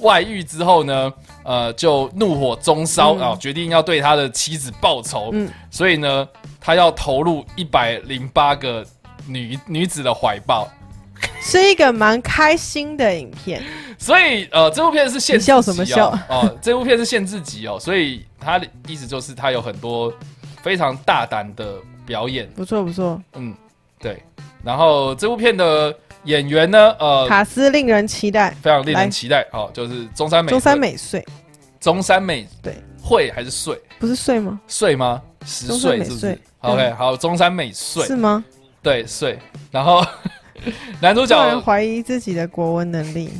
[SPEAKER 1] 外遇之后呢，呃就怒火中烧
[SPEAKER 2] 嗯
[SPEAKER 1] 啊，决定要对他的妻子报仇，
[SPEAKER 2] 嗯
[SPEAKER 1] 所以呢，他要投入一百零八个女女子的怀抱。
[SPEAKER 2] 是一个蛮开心的影片，
[SPEAKER 1] 所以呃，这部片是限制级、哦、
[SPEAKER 2] 你笑什么笑
[SPEAKER 1] 哦，这部片是限制级哦，所以它的意思就是它有很多非常大胆的表演，
[SPEAKER 2] 不错不错，
[SPEAKER 1] 嗯，对。然后这部片的演员呢，呃，
[SPEAKER 2] 卡斯令人期待，
[SPEAKER 1] 非常令
[SPEAKER 2] 来
[SPEAKER 1] 人期待哦，就是中山美
[SPEAKER 2] 中山美穗
[SPEAKER 1] 中山美
[SPEAKER 2] 对
[SPEAKER 1] 会还是岁
[SPEAKER 2] 不是穗吗？
[SPEAKER 1] 岁吗？十
[SPEAKER 2] 中山
[SPEAKER 1] 岁
[SPEAKER 2] 美
[SPEAKER 1] 是不是
[SPEAKER 2] 穗
[SPEAKER 1] ？OK，
[SPEAKER 2] 对
[SPEAKER 1] 好，中山美岁
[SPEAKER 2] 是吗？
[SPEAKER 1] 对岁，然后 男主角
[SPEAKER 2] 让人怀疑自己的国文能力，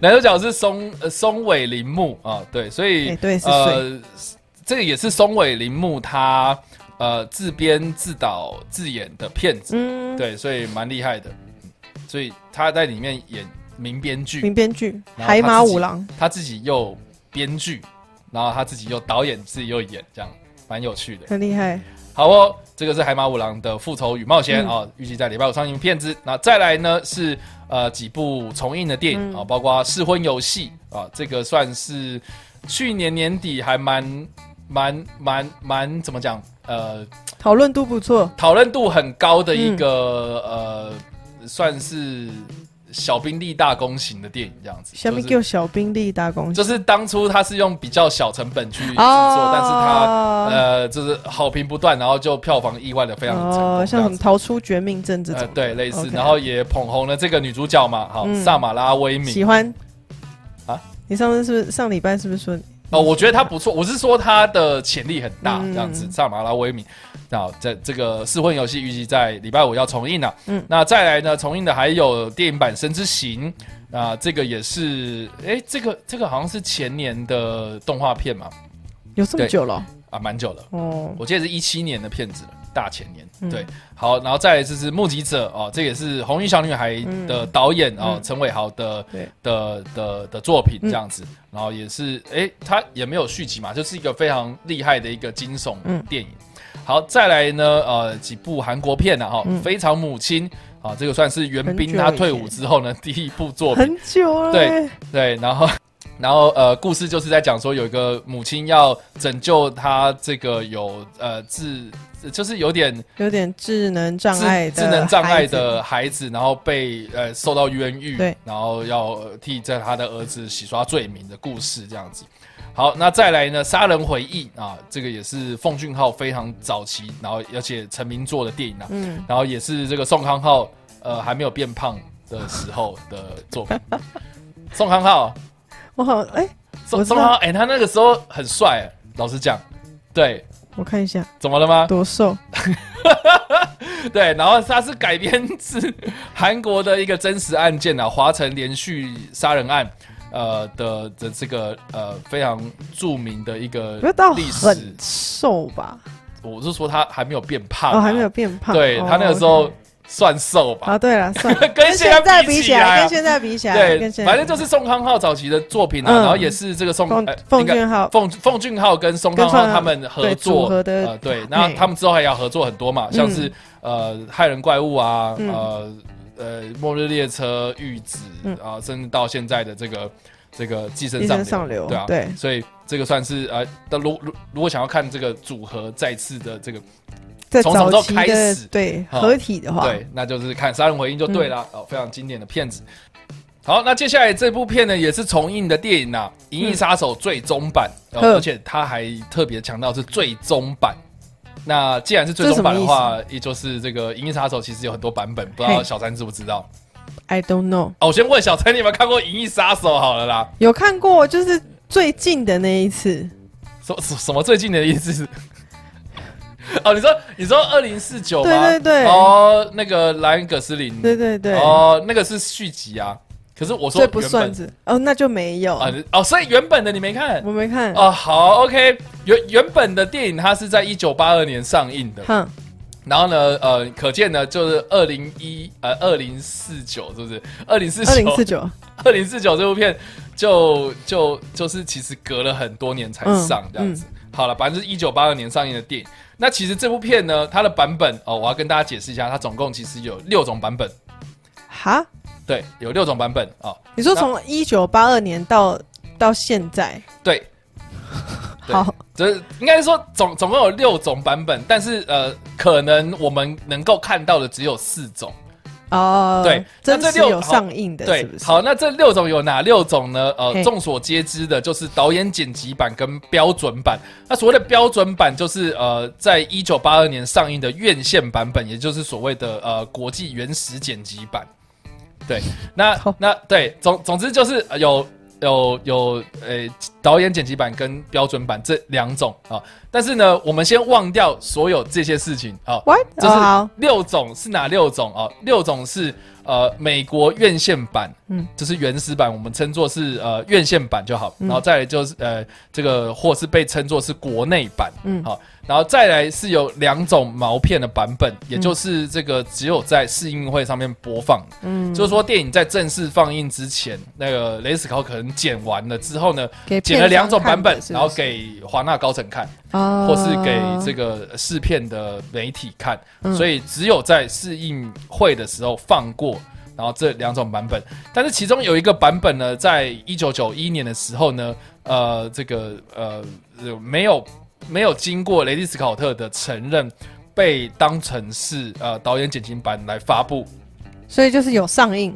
[SPEAKER 1] 男主角是松呃松尾哦铃木啊，对，所以、
[SPEAKER 2] 哎对是
[SPEAKER 1] 呃，这个也是松尾铃木他呃自编自导自演的片子，
[SPEAKER 2] 嗯，
[SPEAKER 1] 对，所以蛮厉害的。嗯所以他在里面演名编剧，
[SPEAKER 2] 名编剧
[SPEAKER 1] 然后他
[SPEAKER 2] 海马
[SPEAKER 1] 自己
[SPEAKER 2] 五郎，
[SPEAKER 1] 他自己又编剧，然后他自己又导演，自己又演，这样蛮有趣的。
[SPEAKER 2] 很厉害。
[SPEAKER 1] 好哦，这个是海马五郎的《复仇与冒险》
[SPEAKER 2] 嗯
[SPEAKER 1] 啊、预计在礼拜五上映片子。那再来呢是呃几部重映的电影啊、
[SPEAKER 2] 嗯
[SPEAKER 1] 包括《试婚游戏》啊、这个算是去年年底还蛮蛮蛮蛮怎么讲呃
[SPEAKER 2] 讨论度不错，
[SPEAKER 1] 讨论度很高的一个、
[SPEAKER 2] 嗯
[SPEAKER 1] 呃算是小兵力大功型的电影这样子。
[SPEAKER 2] 下面
[SPEAKER 1] 就是
[SPEAKER 2] 叫小兵力大公司，
[SPEAKER 1] 就是当初他是用比较小成本去制作，
[SPEAKER 2] 哦
[SPEAKER 1] 但是他呃就是好评不断，然后就票房意外的非常成功，这
[SPEAKER 2] 哦，像什
[SPEAKER 1] 样
[SPEAKER 2] 么
[SPEAKER 1] 子
[SPEAKER 2] 逃出绝命镇这
[SPEAKER 1] 呃
[SPEAKER 2] 种，
[SPEAKER 1] 对类似，
[SPEAKER 2] OK
[SPEAKER 1] 然后也捧红了这个女主角嘛，好
[SPEAKER 2] 嗯
[SPEAKER 1] 萨马拉威敏
[SPEAKER 2] 喜欢
[SPEAKER 1] 啊？
[SPEAKER 2] 你上次是不是上礼拜是不是说
[SPEAKER 1] 哦，我觉得她不错，我是说她的潜力很大
[SPEAKER 2] 嗯
[SPEAKER 1] 这样子，萨马拉威敏。那这这个试婚游戏预计在礼拜五要重映了、啊
[SPEAKER 2] 嗯
[SPEAKER 1] 那再来呢，重映的还有电影版《神之行》啊、这个也是，诶，这个这个好像是前年的动画片嘛，
[SPEAKER 2] 有这么
[SPEAKER 1] 对
[SPEAKER 2] 久了？
[SPEAKER 1] 啊，蛮久了。
[SPEAKER 2] 哦，
[SPEAKER 1] 我记得是一七年的片子了，大前年。
[SPEAKER 2] 嗯
[SPEAKER 1] 对，好，然后再来就是《目击者》哦，这也是《红衣小女孩》的导演、哦
[SPEAKER 2] 嗯，
[SPEAKER 1] 陈伟豪的
[SPEAKER 2] 对
[SPEAKER 1] 的的的作品
[SPEAKER 2] 嗯
[SPEAKER 1] 这样子，然后也是诶，他也没有续集嘛，就是一个非常厉害的一个惊悚
[SPEAKER 2] 嗯
[SPEAKER 1] 电影。好，再来呢，呃，几部韩国片啊，哈、
[SPEAKER 2] 嗯
[SPEAKER 1] 非常母亲》啊，这个算是袁
[SPEAKER 2] 很
[SPEAKER 1] 冰
[SPEAKER 2] 久
[SPEAKER 1] 他
[SPEAKER 2] 以
[SPEAKER 1] 退
[SPEAKER 2] 前
[SPEAKER 1] 伍之后呢第一部作品，
[SPEAKER 2] 很久了
[SPEAKER 1] 对
[SPEAKER 2] 欸，
[SPEAKER 1] 对，然后 然后呃，故事就是在讲说有一个母亲要拯救她这个有呃智，就是有点
[SPEAKER 2] 有点智能障碍
[SPEAKER 1] 智
[SPEAKER 2] 的
[SPEAKER 1] 智能障碍
[SPEAKER 2] 孩
[SPEAKER 1] 的孩子，然后被呃受到冤狱，
[SPEAKER 2] 对，
[SPEAKER 1] 然后要呃替这他的儿子洗刷罪名的故事这样子。好，那再来呢？《杀人回忆》啊，这个也是奉俊昊非常早期，然后而且成名作的电影啊
[SPEAKER 2] 子，，嗯，
[SPEAKER 1] 然后也是这个宋康昊呃还没有变胖的时候的作品。宋康昊
[SPEAKER 2] 我好哎，我
[SPEAKER 1] 宋
[SPEAKER 2] 知
[SPEAKER 1] 宋
[SPEAKER 2] 道
[SPEAKER 1] 康昊，哎、他那个时候很帅、老实讲，对，
[SPEAKER 2] 我看一下
[SPEAKER 1] 怎么了吗？
[SPEAKER 2] 多瘦，
[SPEAKER 1] 呃对，然后他是改编自韩国的一个真实案件啊，华城连续杀人案，呃的的这个呃非常著名的一个
[SPEAKER 2] 不要到
[SPEAKER 1] 历史
[SPEAKER 2] 很，瘦吧？
[SPEAKER 1] 我是说他还没有变胖、啊，
[SPEAKER 2] 哦，还没有，变胖，
[SPEAKER 1] 对、
[SPEAKER 2] 哦
[SPEAKER 1] 他那个时候
[SPEAKER 2] OK
[SPEAKER 1] 算瘦吧，
[SPEAKER 2] 啊，对了，算了
[SPEAKER 1] 跟现在
[SPEAKER 2] 在
[SPEAKER 1] 比
[SPEAKER 2] 比
[SPEAKER 1] 起
[SPEAKER 2] 起
[SPEAKER 1] 来啊
[SPEAKER 2] 来，跟现在比起来，
[SPEAKER 1] 对
[SPEAKER 2] 跟，现在
[SPEAKER 1] 反正就是宋康昊早期的作品啊，
[SPEAKER 2] 嗯
[SPEAKER 1] 然后也是这个宋
[SPEAKER 2] 奉
[SPEAKER 1] 呃
[SPEAKER 2] 奉
[SPEAKER 1] 应该
[SPEAKER 2] 俊昊
[SPEAKER 1] 奉奉俊昊跟宋康
[SPEAKER 2] 跟宋
[SPEAKER 1] 昊
[SPEAKER 2] 康
[SPEAKER 1] 他们合
[SPEAKER 2] 对
[SPEAKER 1] 作
[SPEAKER 2] 组合的
[SPEAKER 1] 呃，对，那他们之后还要合作很多嘛，像是呃《害人怪物》啊，
[SPEAKER 2] 嗯
[SPEAKER 1] 呃呃《末日列车》《玉子
[SPEAKER 2] 嗯》
[SPEAKER 1] 啊，甚至到现在的这个这个《寄生
[SPEAKER 2] 寄
[SPEAKER 1] 上
[SPEAKER 2] 生
[SPEAKER 1] 流》
[SPEAKER 2] 上流
[SPEAKER 1] 对啊，
[SPEAKER 2] 对
[SPEAKER 1] 所以这个算是呃，但如如如果想要看这个组合再次的这个
[SPEAKER 2] 在
[SPEAKER 1] 从什么
[SPEAKER 2] 早
[SPEAKER 1] 时候
[SPEAKER 2] 期
[SPEAKER 1] 开
[SPEAKER 2] 的
[SPEAKER 1] 始
[SPEAKER 2] 对
[SPEAKER 1] 啊
[SPEAKER 2] 合体的话，
[SPEAKER 1] 对，那就是看《杀人回应》就对了、
[SPEAKER 2] 嗯
[SPEAKER 1] 哦，非常经典的片子。好，那接下来这部片呢，也是重映的电影啊，《银翼杀手》最终版、哦
[SPEAKER 2] 嗯呵
[SPEAKER 1] 而且他还特别强调是最终版。那既然是最
[SPEAKER 2] 这是
[SPEAKER 1] 终版
[SPEAKER 2] 什么
[SPEAKER 1] 的
[SPEAKER 2] 意
[SPEAKER 1] 话，也就是这个《银翼杀手》其实有很多版本，不知道
[SPEAKER 2] 嘿
[SPEAKER 1] 小三知不知道？
[SPEAKER 2] I don't know，
[SPEAKER 1] 哦，我先问小陈，你有没有看过《银翼杀手》好了啦？
[SPEAKER 2] 有看过就是最近的那一次，
[SPEAKER 1] 什什什么最近的意思是？ 哦，你说你说二零四九吗？
[SPEAKER 2] 对对对
[SPEAKER 1] 哦，那个莱恩·葛斯林，
[SPEAKER 2] 对对对，
[SPEAKER 1] 哦，那个是续集啊。可是我说
[SPEAKER 2] 这不
[SPEAKER 1] 原
[SPEAKER 2] 算
[SPEAKER 1] 本
[SPEAKER 2] 是哦，那就没有，
[SPEAKER 1] 啊你哦，所以原本的你没看
[SPEAKER 2] 我没看，
[SPEAKER 1] 哦。好，OK，原原本的电影它是在一九八二年上映的，
[SPEAKER 2] 哼，
[SPEAKER 1] 然后呢，呃，可见呢就是二零一呃二零四九是不是？二零四
[SPEAKER 2] 二零四
[SPEAKER 1] 九
[SPEAKER 2] 九，
[SPEAKER 1] 二零四九这部片就就就是其实隔了很多年才上
[SPEAKER 2] 嗯
[SPEAKER 1] 这样子。好了，反正就是一九八二年上映的电影。那其实这部片呢，它的版本哦，我要跟大家解释一下，它总共其实有六种版本，
[SPEAKER 2] 哈，
[SPEAKER 1] 对，有六种版本啊、哦。
[SPEAKER 2] 你说从一九八二年到到现在，
[SPEAKER 1] 对，对
[SPEAKER 2] 好，
[SPEAKER 1] 就是应该说总总共有六种版本，但是呃，可能我们能够看到的只有四种。
[SPEAKER 2] 哦，
[SPEAKER 1] 对那
[SPEAKER 2] 真
[SPEAKER 1] 这
[SPEAKER 2] 实
[SPEAKER 1] 六
[SPEAKER 2] 有
[SPEAKER 1] 好
[SPEAKER 2] 上映的，
[SPEAKER 1] 对，
[SPEAKER 2] 是不是？
[SPEAKER 1] 好，那这六种有哪六种呢？呃，
[SPEAKER 2] 嘿
[SPEAKER 1] 众所皆知的就是导演剪辑版跟标准版。那所谓的标准版，就是呃，在一九八二年上映的院线版本，也就是所谓的呃国际原始剪辑版。对，那
[SPEAKER 2] 好
[SPEAKER 1] 那对，总总之就是呃有有有呃导演剪辑版跟标准版这两种啊。但是呢，我们先忘掉所有这些事情啊。
[SPEAKER 2] What？
[SPEAKER 1] 这
[SPEAKER 2] 哦好
[SPEAKER 1] 是六种是哪六种啊？六种是呃美国院线版，
[SPEAKER 2] 嗯
[SPEAKER 1] 嗯，就是原始版，我们称作是呃院线版就好。
[SPEAKER 2] 嗯
[SPEAKER 1] 然后再来就是呃这个或是被称作是国内版，
[SPEAKER 2] 嗯
[SPEAKER 1] 嗯，好，然后再来是有两种毛片的版本，也就是这个只有在试映会上面播放，
[SPEAKER 2] 嗯，
[SPEAKER 1] 就是说电影在正式放映之前，那个雷斯考可能剪完了之后呢，
[SPEAKER 2] 给
[SPEAKER 1] 剪了两种版本，
[SPEAKER 2] 片商看的是不是
[SPEAKER 1] 然后给华纳高层看，
[SPEAKER 2] 啊，
[SPEAKER 1] 或是给这个试片的媒体看，
[SPEAKER 2] 嗯
[SPEAKER 1] 所以只有在试映会的时候放过。然后这两种版本，但是其中有一个版本呢，在一九九一年的时候呢，呃，这个呃呃没有没有经过雷利斯考特的承认，被当成是呃导演剪辑版来发布，
[SPEAKER 2] 所以就是有上映，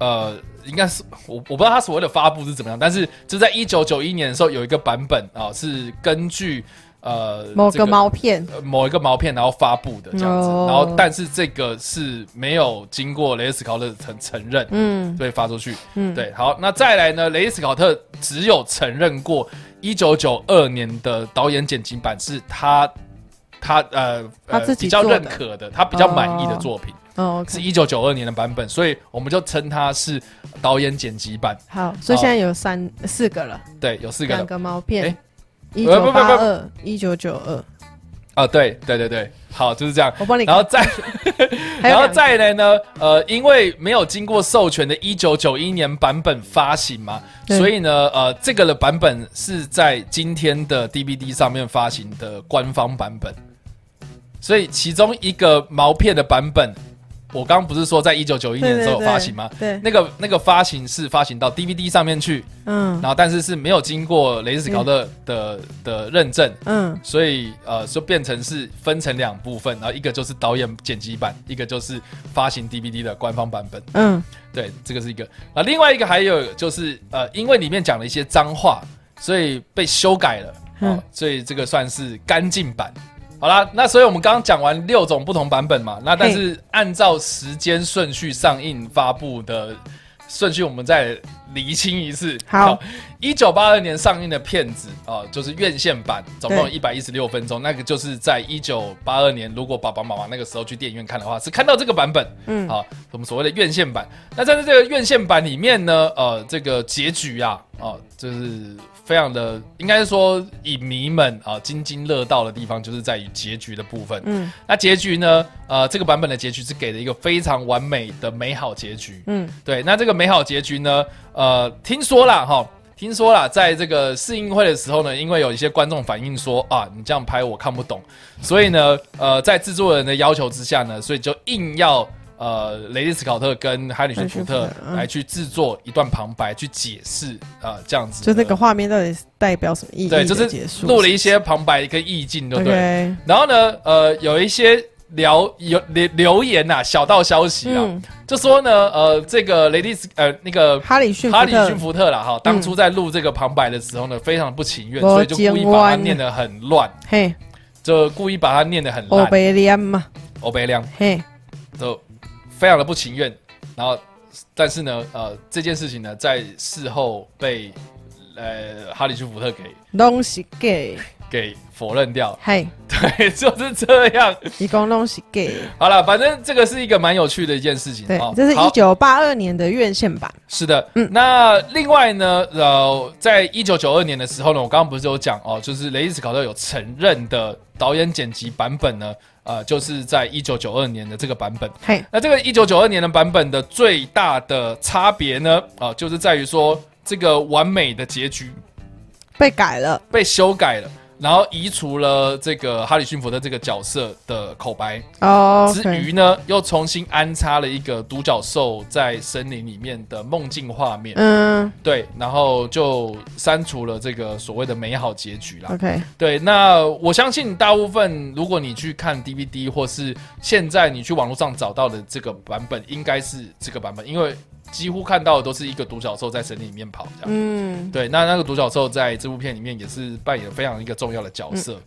[SPEAKER 1] 呃，应该是我我不知道它所谓的发布是怎么样，但是就在一九九一年的时候，有一个版本啊、是根据呃
[SPEAKER 2] 某
[SPEAKER 1] 这
[SPEAKER 2] 个毛片，
[SPEAKER 1] 呃某一个毛片然后发布的这样子，
[SPEAKER 2] 哦
[SPEAKER 1] 然后但是这个是没有经过雷斯考特承承认，
[SPEAKER 2] 嗯
[SPEAKER 1] 对，发出去，
[SPEAKER 2] 嗯，，
[SPEAKER 1] 对，好，那再来呢，雷斯考特只有承认过一九九二年的导演剪辑版是他。他呃
[SPEAKER 2] 他
[SPEAKER 1] 呃
[SPEAKER 2] 自己
[SPEAKER 1] 比较
[SPEAKER 2] 做的
[SPEAKER 1] 认可的，他比较满意的
[SPEAKER 2] 哦
[SPEAKER 1] 作品，
[SPEAKER 2] 哦
[SPEAKER 1] 是
[SPEAKER 2] ，OK，
[SPEAKER 1] 一九九二年的版
[SPEAKER 2] 哦
[SPEAKER 1] 本，所以我们就称它是导演剪辑版。
[SPEAKER 2] 好，所以现在有三四个了，
[SPEAKER 1] 对，有四个
[SPEAKER 2] 两
[SPEAKER 1] 人
[SPEAKER 2] 个毛片
[SPEAKER 1] 哎，
[SPEAKER 2] 一
[SPEAKER 1] 呃不不不
[SPEAKER 2] 九八二，一九九二，
[SPEAKER 1] 啊，对对对对，好，就是这样。
[SPEAKER 2] 我帮你看，
[SPEAKER 1] 然后再
[SPEAKER 2] 还
[SPEAKER 1] 然
[SPEAKER 2] 有
[SPEAKER 1] 后
[SPEAKER 2] 两个
[SPEAKER 1] 再来呢，呃，因为没有经过授权的1991年版本发行嘛，
[SPEAKER 2] 对
[SPEAKER 1] 所以呢，呃，这个的版本是在今天的 DVD 上面发行的官方版本，所以其中一个毛片的版本，我刚刚不是说在1991年的时候有发行吗？？
[SPEAKER 2] 对对对，
[SPEAKER 1] 那个那个发行是发行到 DVD 上面去，
[SPEAKER 2] 对嗯
[SPEAKER 1] 然后但是是没有经过雷斯考特的、的的认证，
[SPEAKER 2] 嗯，
[SPEAKER 1] 所以呃就变成是分成两部分，然后一个就是导演剪辑版，一个就是发行 DVD 的官方版本。
[SPEAKER 2] 嗯，
[SPEAKER 1] 对，这个是一个。啊，另外一个还有就是呃，因为里面讲了一些脏话，所以被修改了，哦，
[SPEAKER 2] 嗯
[SPEAKER 1] 所以这个算是干净版。好啦，那所以我们刚刚讲完六种不同版本嘛，那但是按照时间顺序上映发布的顺序，我们再厘清一次。
[SPEAKER 2] 好，
[SPEAKER 1] 一九八二年上映的片子啊、就是院线版，总共有
[SPEAKER 2] 对
[SPEAKER 1] 一百一十六分钟，那个就是在一九八二年，如果爸爸妈妈那个时候去电影院看的话，是看到这个版本。
[SPEAKER 2] 嗯
[SPEAKER 1] 好、我们所谓的院线版。那在这个院线版里面呢，呃，这个结局啊，哦、就是非常的，应该说影迷们啊、津津乐道的地方，就是在于结局的部分。
[SPEAKER 2] 嗯
[SPEAKER 1] 那结局呢，呃，这个版本的结局是给了一个非常完美的美好结局。
[SPEAKER 2] 嗯，
[SPEAKER 1] 对，那这个美好结局呢，呃，听说啦哈。听说啦，在这个试映会的时候呢，因为有一些观众反映说啊，你这样拍我看不懂，所以呢，呃，在制作人的要求之下呢，所以就硬要呃雷利斯考特跟哈里逊福
[SPEAKER 2] 哈里逊
[SPEAKER 1] 特
[SPEAKER 2] 福特嗯
[SPEAKER 1] 来去制作一段旁白，去解释啊、呃这样子的，
[SPEAKER 2] 就那个画面到底是代表什么意义？
[SPEAKER 1] 对，就是
[SPEAKER 2] 结束
[SPEAKER 1] 录了一些旁白跟意境，对不对？
[SPEAKER 2] OK，
[SPEAKER 1] 然后呢，呃，有一些聊有留留言呐、小道消息啊，
[SPEAKER 2] 嗯，
[SPEAKER 1] 就说呢，呃，这个雷利斯呃那个
[SPEAKER 2] 哈里逊，嗯
[SPEAKER 1] 哈里逊，福特啦哈，当初在录这个旁白的时候呢，非常不情愿，
[SPEAKER 2] 没
[SPEAKER 1] 所以就故意把它
[SPEAKER 2] 情愿
[SPEAKER 1] 念得很乱，
[SPEAKER 2] 嘿，
[SPEAKER 1] 就故意把它念得很
[SPEAKER 2] 欧
[SPEAKER 1] 烂，
[SPEAKER 2] 贝利安嘛，
[SPEAKER 1] 欧贝亮
[SPEAKER 2] 嘿，
[SPEAKER 1] 就非常的不情愿。然后，但是呢，呃，这件事情呢，在事后被呃哈里逊福特给
[SPEAKER 2] 拢是 gay，
[SPEAKER 1] 给否认掉，
[SPEAKER 2] 嘿，
[SPEAKER 1] 对，就是这样。
[SPEAKER 2] 一共拢是 gay，
[SPEAKER 1] 好了，反正这个是一个蛮有趣的一件事情。
[SPEAKER 2] 对
[SPEAKER 1] 哦，
[SPEAKER 2] 这是一
[SPEAKER 1] 好
[SPEAKER 2] 九八二年的院线版，
[SPEAKER 1] 是的，
[SPEAKER 2] 嗯
[SPEAKER 1] 嗯，那另外呢，呃，在一九九二年的时候呢，我刚刚不是有讲哦，就是雷伊斯考特有承认的导演剪辑版本呢，呃，就是在一九九二年的这个版本。
[SPEAKER 2] 嘿，
[SPEAKER 1] 那这个一九九二年的版本的最大的差别呢，啊、就是在于说这个完美的结局
[SPEAKER 2] 被改了，
[SPEAKER 1] 被修改了，然后移除了这个哈里逊福特这个角色的口白，
[SPEAKER 2] 哦
[SPEAKER 1] 之余呢，又重新安插了一个独角兽在森林里面的梦境画面。
[SPEAKER 2] 嗯
[SPEAKER 1] 对，然后就删除了这个所谓的美好结局啦。
[SPEAKER 2] ，OK，
[SPEAKER 1] 对，那我相信大部分如果你去看 DVD 或是现在你去网络上找到的这个版本，应该是这个版本，因为几乎看到的都是一个独角兽在森林里面跑这样。
[SPEAKER 2] 嗯，
[SPEAKER 1] 对，那那个独角兽在这部片里面也是扮演非常一个重要的角色。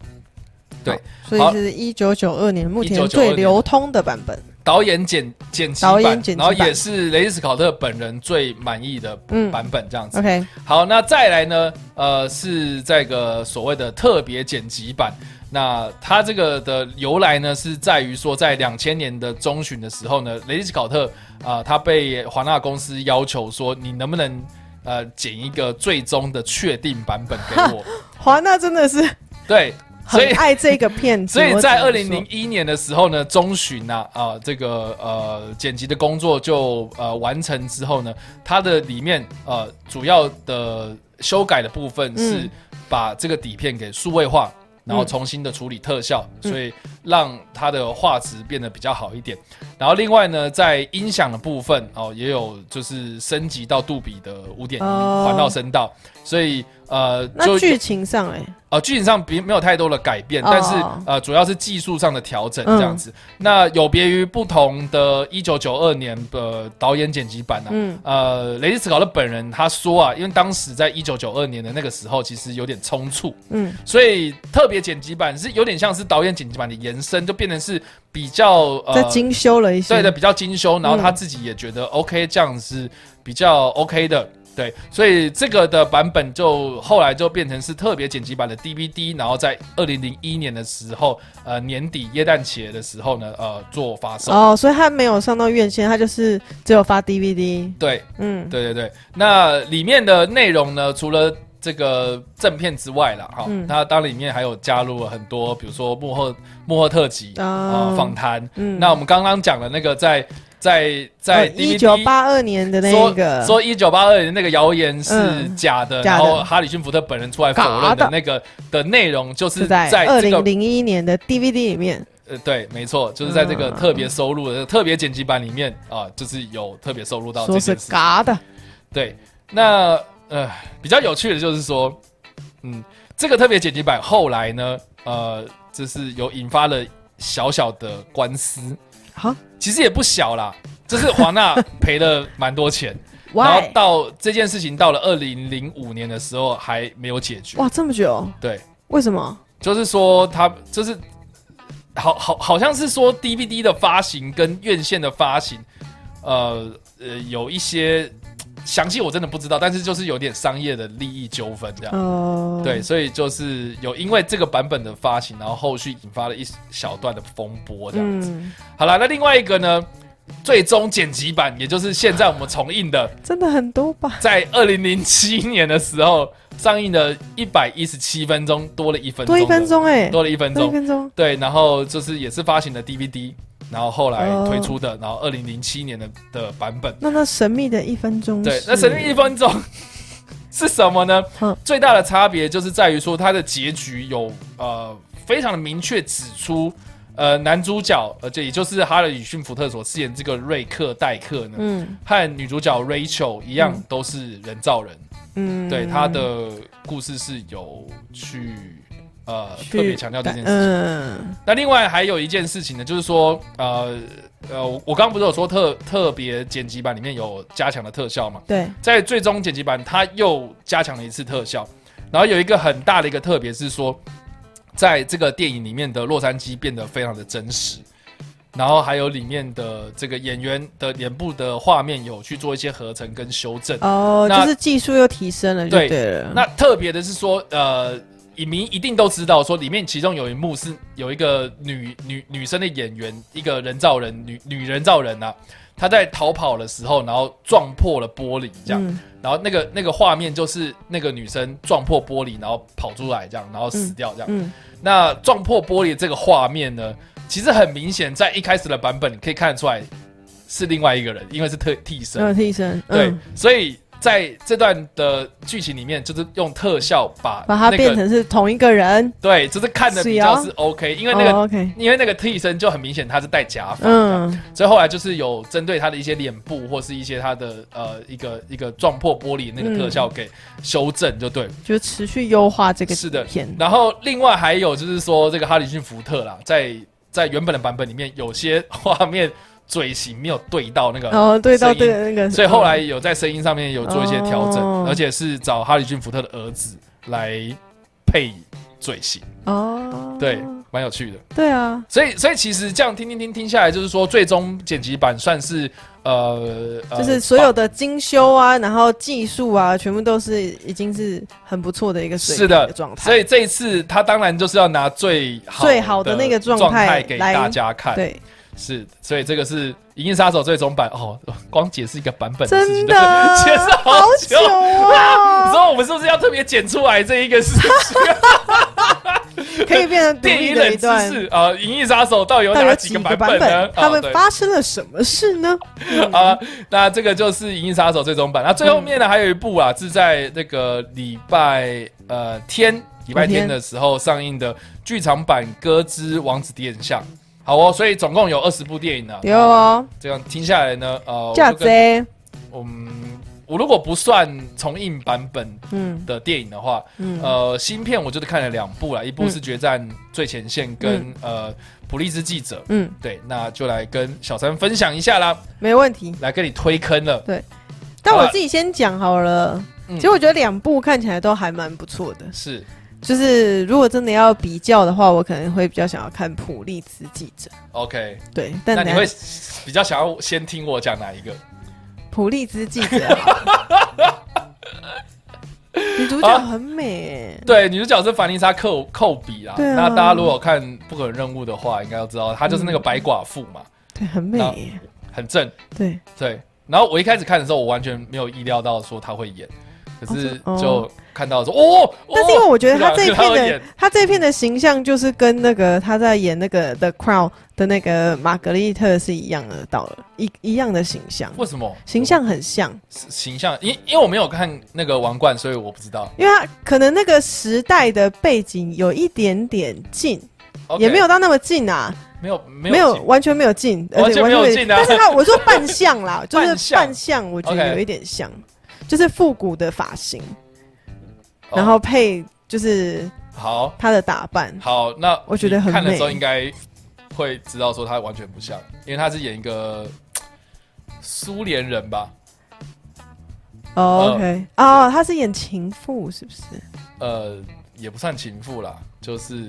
[SPEAKER 1] 对
[SPEAKER 2] 好，所以是一九九二年目前
[SPEAKER 1] 1992
[SPEAKER 2] 最流通的版本，
[SPEAKER 1] 导演剪剪辑
[SPEAKER 2] 导
[SPEAKER 1] 版，
[SPEAKER 2] 演剪辑
[SPEAKER 1] 然后
[SPEAKER 2] 版
[SPEAKER 1] 也是雷斯考特本人最满意的
[SPEAKER 2] 嗯
[SPEAKER 1] 版本这样子。
[SPEAKER 2] ，OK，
[SPEAKER 1] 好，那再来呢？呃，是这个所谓的特别剪辑版。那它这个的由来呢，是在于说，在两千年的中旬的时候呢，雷吉考特啊、呃，他被华纳公司要求说，你能不能呃剪一个最终的确定版本给 我？
[SPEAKER 2] 华纳真的是
[SPEAKER 1] 对。所
[SPEAKER 2] 很
[SPEAKER 1] 以，
[SPEAKER 2] 爱这个片子，
[SPEAKER 1] 所以在二
[SPEAKER 2] 我只能
[SPEAKER 1] 零零一年的时候呢，中旬呐啊、呃这个呃剪辑的工作就呃完成之后呢，它的里面呃主要的修改的部分
[SPEAKER 2] 嗯
[SPEAKER 1] 是把这个底片给数位化，然后重新的处理特效，
[SPEAKER 2] 嗯
[SPEAKER 1] 所以让它的画质变得比较好一点。然后另外呢，在音响的部分哦、也有就是升级到杜比的五点一
[SPEAKER 2] 哦
[SPEAKER 1] 环绕声道，所以呃
[SPEAKER 2] 那
[SPEAKER 1] 就
[SPEAKER 2] 剧情上哎、
[SPEAKER 1] 呃，剧情上并没有太多的改变，
[SPEAKER 2] 哦
[SPEAKER 1] 但是呃，主要是技术上的调整
[SPEAKER 2] 嗯
[SPEAKER 1] 这样子。那有别于不同的1992年的导演剪辑版呢、啊，
[SPEAKER 2] 嗯
[SPEAKER 1] 呃，雷迪斯考特本人他说啊，因为当时在1992年的那个时候，其实有点冲突，
[SPEAKER 2] 嗯，
[SPEAKER 1] 所以特别剪辑版是有点像是导演剪辑版的延伸，就变成是比较
[SPEAKER 2] 再
[SPEAKER 1] 呃
[SPEAKER 2] 精修了一些，
[SPEAKER 1] 对的，比较精修，然后
[SPEAKER 2] 嗯
[SPEAKER 1] 他自己也觉得 OK，这样是比较 OK 的。对，所以这个的版本就后来就变成是特别剪辑版的 DVD，然后在二零零一年的时候，呃年底耶诞节的时候呢，呃做发售。
[SPEAKER 2] 哦，所以他没有上到院线，他就是只有发 DVD，
[SPEAKER 1] 对，
[SPEAKER 2] 嗯，
[SPEAKER 1] 对对对，那里面的内容呢，除了这个正片之外啦，哈、
[SPEAKER 2] 嗯
[SPEAKER 1] 那当然里面还有加入了很多，比如说幕后幕后特辑啊、
[SPEAKER 2] 哦
[SPEAKER 1] 呃访谈。
[SPEAKER 2] 嗯哦
[SPEAKER 1] 那我们刚刚讲的那个在在在 DVD、
[SPEAKER 2] 呃一九八二年的那一个，
[SPEAKER 1] 说一九八二年那个谣言是
[SPEAKER 2] 嗯
[SPEAKER 1] 假的，
[SPEAKER 2] 假
[SPEAKER 1] 然
[SPEAKER 2] 的
[SPEAKER 1] 后哈里逊福特本人出来否认
[SPEAKER 2] 假
[SPEAKER 1] 的
[SPEAKER 2] 的
[SPEAKER 1] 那个的内容，就是
[SPEAKER 2] 是在
[SPEAKER 1] 在
[SPEAKER 2] 二
[SPEAKER 1] 这
[SPEAKER 2] 零
[SPEAKER 1] 个
[SPEAKER 2] 零一年的 DVD 里面，
[SPEAKER 1] 呃对，没错，就是在这个
[SPEAKER 2] 嗯
[SPEAKER 1] 特别收录的、特别剪辑版里面啊、就是有特别收录哦到这
[SPEAKER 2] 说
[SPEAKER 1] 件事
[SPEAKER 2] 是
[SPEAKER 1] 情。
[SPEAKER 2] 嘎的，
[SPEAKER 1] 对，那呃比较有趣的就是说，嗯，这个特别剪辑版后来呢，呃，就是有引发了小小的官司，
[SPEAKER 2] 好
[SPEAKER 1] 其实也不小啦，就是华纳赔了蛮多钱。然后
[SPEAKER 2] ，Why？
[SPEAKER 1] 到这件事情到了二零零五年的时候还没有解决。
[SPEAKER 2] 哇，这么久，
[SPEAKER 1] 对，
[SPEAKER 2] 为什么？
[SPEAKER 1] 就是说他就是好好好像是说 DVD 的发行跟院线的发行，呃呃有一些详细我真的不知道，但是就是有点商业的利益纠纷这样。
[SPEAKER 2] 哦，
[SPEAKER 1] 对，，所以就是有因为这个版本的发行，然后后续引发了一小段的风波这样子。
[SPEAKER 2] 嗯，
[SPEAKER 1] 好了，那另外一个呢，最终剪辑版，也就是现在我们重映的。
[SPEAKER 2] 真的很多吧？
[SPEAKER 1] 在二零零七年的时候上映的一百一十七分钟，多了一分钟
[SPEAKER 2] 多
[SPEAKER 1] 的，
[SPEAKER 2] 一分钟哎，
[SPEAKER 1] 多了一分
[SPEAKER 2] 多一
[SPEAKER 1] 钟，
[SPEAKER 2] 分钟，
[SPEAKER 1] 对，然后就是也是发行的 DVD，然后后来
[SPEAKER 2] 哦
[SPEAKER 1] 推出的，然后二零零七年的的版本，
[SPEAKER 2] 那那神秘的一分钟是，
[SPEAKER 1] 对，那神秘一分钟是什么呢？
[SPEAKER 2] 嗯
[SPEAKER 1] 最大的差别就是在于说它的结局有呃非常的明确指出。呃，男主角，呃，这也就是哈里逊福特所饰演这个瑞克戴克呢，
[SPEAKER 2] 嗯
[SPEAKER 1] 和女主角 Rachel 一样
[SPEAKER 2] 嗯，
[SPEAKER 1] 都是人造人。
[SPEAKER 2] 嗯，
[SPEAKER 1] 对他的故事是有去呃
[SPEAKER 2] 去
[SPEAKER 1] 特别强调这件事情。
[SPEAKER 2] 嗯
[SPEAKER 1] 那另外还有一件事情呢，就是说呃呃，我我刚刚不是有说特特别剪辑版里面有加强的特效嘛，
[SPEAKER 2] 对，
[SPEAKER 1] 在最终剪辑版它又加强了一次特效，然后有一个很大的一个特别是说，在这个电影里面的洛杉矶变得非常的真实。然后还有里面的这个演员的脸部的画面有去做一些合成跟修正，
[SPEAKER 2] 哦，
[SPEAKER 1] 那
[SPEAKER 2] 就是技术又提升了，就
[SPEAKER 1] 对
[SPEAKER 2] 对了，
[SPEAKER 1] 那特别的是说，呃，影迷一定都知道，说里面其中有一幕是有一个女女女生的演员，一个人造人女女人造人啊，她在逃跑的时候，然后撞破了玻璃，这样，
[SPEAKER 2] 嗯
[SPEAKER 1] 然后那个那个画面就是那个女生撞破玻璃，然后跑出来这样，然后死掉这样。
[SPEAKER 2] 嗯，
[SPEAKER 1] 那撞破玻璃这个画面呢，其实很明显，在一开始的版本你可以看得出来是另外一个人，因为是特替身
[SPEAKER 2] 然。后提升，
[SPEAKER 1] 对，
[SPEAKER 2] 嗯
[SPEAKER 1] 所以在这段的剧情里面，就是用特效把
[SPEAKER 2] 把它
[SPEAKER 1] 那个
[SPEAKER 2] 变成是同一个人，
[SPEAKER 1] 对，就是看的比较是 OK，因为那个、
[SPEAKER 2] 哦 OK，
[SPEAKER 1] 因为那个替身就很明显他是戴假发，嗯，
[SPEAKER 2] 嗯
[SPEAKER 1] 所以后来就是有针对他的一些脸部或是一些他的呃一个一个撞破玻璃那个特效给修正，就对。
[SPEAKER 2] 就持续优化这个
[SPEAKER 1] 是的
[SPEAKER 2] 片，
[SPEAKER 1] 然后另外还有就是说这个哈里逊福特啦，在在原本的版本里面有些画面嘴型没有对到那个
[SPEAKER 2] 哦，对到
[SPEAKER 1] 呃声音
[SPEAKER 2] 对那 个，
[SPEAKER 1] 所以后来有在声音上面有做一些调整，
[SPEAKER 2] 哦
[SPEAKER 1] 而且是找哈里逊福特的儿子来配嘴型。
[SPEAKER 2] 嗯哦，
[SPEAKER 1] 对蛮有趣的。
[SPEAKER 2] 对啊，
[SPEAKER 1] 所以所以其实这样听听听听下来，就是说最终剪辑版算是呃，呃
[SPEAKER 2] 就是所有的精修啊，然后技术啊，全部都是已经是很不错的一个水
[SPEAKER 1] 是
[SPEAKER 2] 平
[SPEAKER 1] 的
[SPEAKER 2] 的状态。
[SPEAKER 1] 所以这一次他当然就是要拿最好
[SPEAKER 2] 最好的那个状态
[SPEAKER 1] 状态给
[SPEAKER 2] 来
[SPEAKER 1] 大家看。
[SPEAKER 2] 对，
[SPEAKER 1] 是，所以这个是《银翼杀手》最终版哦，光解释一个版本的事情
[SPEAKER 2] 真
[SPEAKER 1] 都
[SPEAKER 2] 的
[SPEAKER 1] 是介绍
[SPEAKER 2] 好久
[SPEAKER 1] 久。 你知
[SPEAKER 2] 啊，
[SPEAKER 1] 道我们是不是要特别剪出来这一个是
[SPEAKER 2] 可以变成独
[SPEAKER 1] 电
[SPEAKER 2] 立
[SPEAKER 1] 影
[SPEAKER 2] 的
[SPEAKER 1] 冷
[SPEAKER 2] 一
[SPEAKER 1] 知
[SPEAKER 2] 段。
[SPEAKER 1] 识啊？呃《银翼杀手》到底有
[SPEAKER 2] 到底
[SPEAKER 1] 哪
[SPEAKER 2] 有
[SPEAKER 1] 几
[SPEAKER 2] 几
[SPEAKER 1] 个
[SPEAKER 2] 个
[SPEAKER 1] 版
[SPEAKER 2] 版
[SPEAKER 1] 本呢
[SPEAKER 2] 本？？它
[SPEAKER 1] 啊
[SPEAKER 2] 们
[SPEAKER 1] 对
[SPEAKER 2] 发生了什么事呢？
[SPEAKER 1] 啊，那这个就是《银翼杀手》最终版。那最后面呢，还有一部啊，是在那个礼拜呃天礼拜天的时候上映的剧场版《歌之王子殿下》。好哦，所以总共有二十部电影呢、
[SPEAKER 2] 有哦，
[SPEAKER 1] 这样听下来呢，呃，
[SPEAKER 2] 架
[SPEAKER 1] 我就跟
[SPEAKER 2] 贼，
[SPEAKER 1] 嗯，我如果不算重映版本
[SPEAKER 2] 嗯
[SPEAKER 1] 的电影的话，
[SPEAKER 2] 嗯，
[SPEAKER 1] 呃，新片我就是看了两部啦，一部是《决战最前线》跟呃《普利兹记者》。
[SPEAKER 2] 嗯，
[SPEAKER 1] 对，那就来跟小三分享一下啦，
[SPEAKER 2] 没问题。
[SPEAKER 1] 来跟你推坑了。
[SPEAKER 2] 但
[SPEAKER 1] 好
[SPEAKER 2] 我
[SPEAKER 1] 了
[SPEAKER 2] 自己先讲好了。
[SPEAKER 1] 嗯
[SPEAKER 2] 其实我觉得两部看起来都还蛮不错的，
[SPEAKER 1] 是，
[SPEAKER 2] 就是如果真的要比较的话，我可能会比较想要看《普利兹记者》。
[SPEAKER 1] OK，
[SPEAKER 2] 对，但
[SPEAKER 1] 那你
[SPEAKER 2] 等下
[SPEAKER 1] 会比较想要先听我讲哪一个？
[SPEAKER 2] 普利兹记者 啊，女主角很美、
[SPEAKER 1] 对，女主角是凡妮莎·寇寇比啦。
[SPEAKER 2] 对啊
[SPEAKER 1] 那大家如果有看《不可能任务》的话，应该都知道她就是那个白寡妇嘛，
[SPEAKER 2] 对，很美、
[SPEAKER 1] 那很正。
[SPEAKER 2] 对，
[SPEAKER 1] 对，然后我一开始看的时候，我完全没有意料到说她会演，可是
[SPEAKER 2] 哦是
[SPEAKER 1] 就看到说哦，哦
[SPEAKER 2] 但是因为我觉得他这一片
[SPEAKER 1] 对啊对啊她会
[SPEAKER 2] 的
[SPEAKER 1] 演
[SPEAKER 2] 他这一片的形象，就是跟那个他在演那个《The Crown》的那个玛格丽特是一样的，到了一一样的形象，
[SPEAKER 1] 为什么
[SPEAKER 2] 形象很像，
[SPEAKER 1] 形象？因因为我没有看那个王冠，所以我不知道。
[SPEAKER 2] 因为他可能那个时代的背景有一点点近
[SPEAKER 1] OK，
[SPEAKER 2] 也没有到那么近啊，
[SPEAKER 1] 没有没有
[SPEAKER 2] 没有
[SPEAKER 1] 进
[SPEAKER 2] 完全没有近，而
[SPEAKER 1] 完
[SPEAKER 2] 且
[SPEAKER 1] 全没有
[SPEAKER 2] 完
[SPEAKER 1] 近啊
[SPEAKER 2] 但是他我说扮 相啦，就
[SPEAKER 1] 扮
[SPEAKER 2] 是
[SPEAKER 1] 相
[SPEAKER 2] 扮相，我觉得
[SPEAKER 1] OK
[SPEAKER 2] 有一点像，就是复古的发型，然后
[SPEAKER 1] 哦
[SPEAKER 2] 配就是
[SPEAKER 1] 好
[SPEAKER 2] 他的打扮，
[SPEAKER 1] 好，那
[SPEAKER 2] 我觉得
[SPEAKER 1] 你
[SPEAKER 2] 很
[SPEAKER 1] 看的
[SPEAKER 2] 美
[SPEAKER 1] 时候应该会知道说她完全不像，因为她是演一个呃苏联人吧？
[SPEAKER 2] 哦 OK，哦，他是演情妇是不是？
[SPEAKER 1] 呃，也不算情妇啦，就是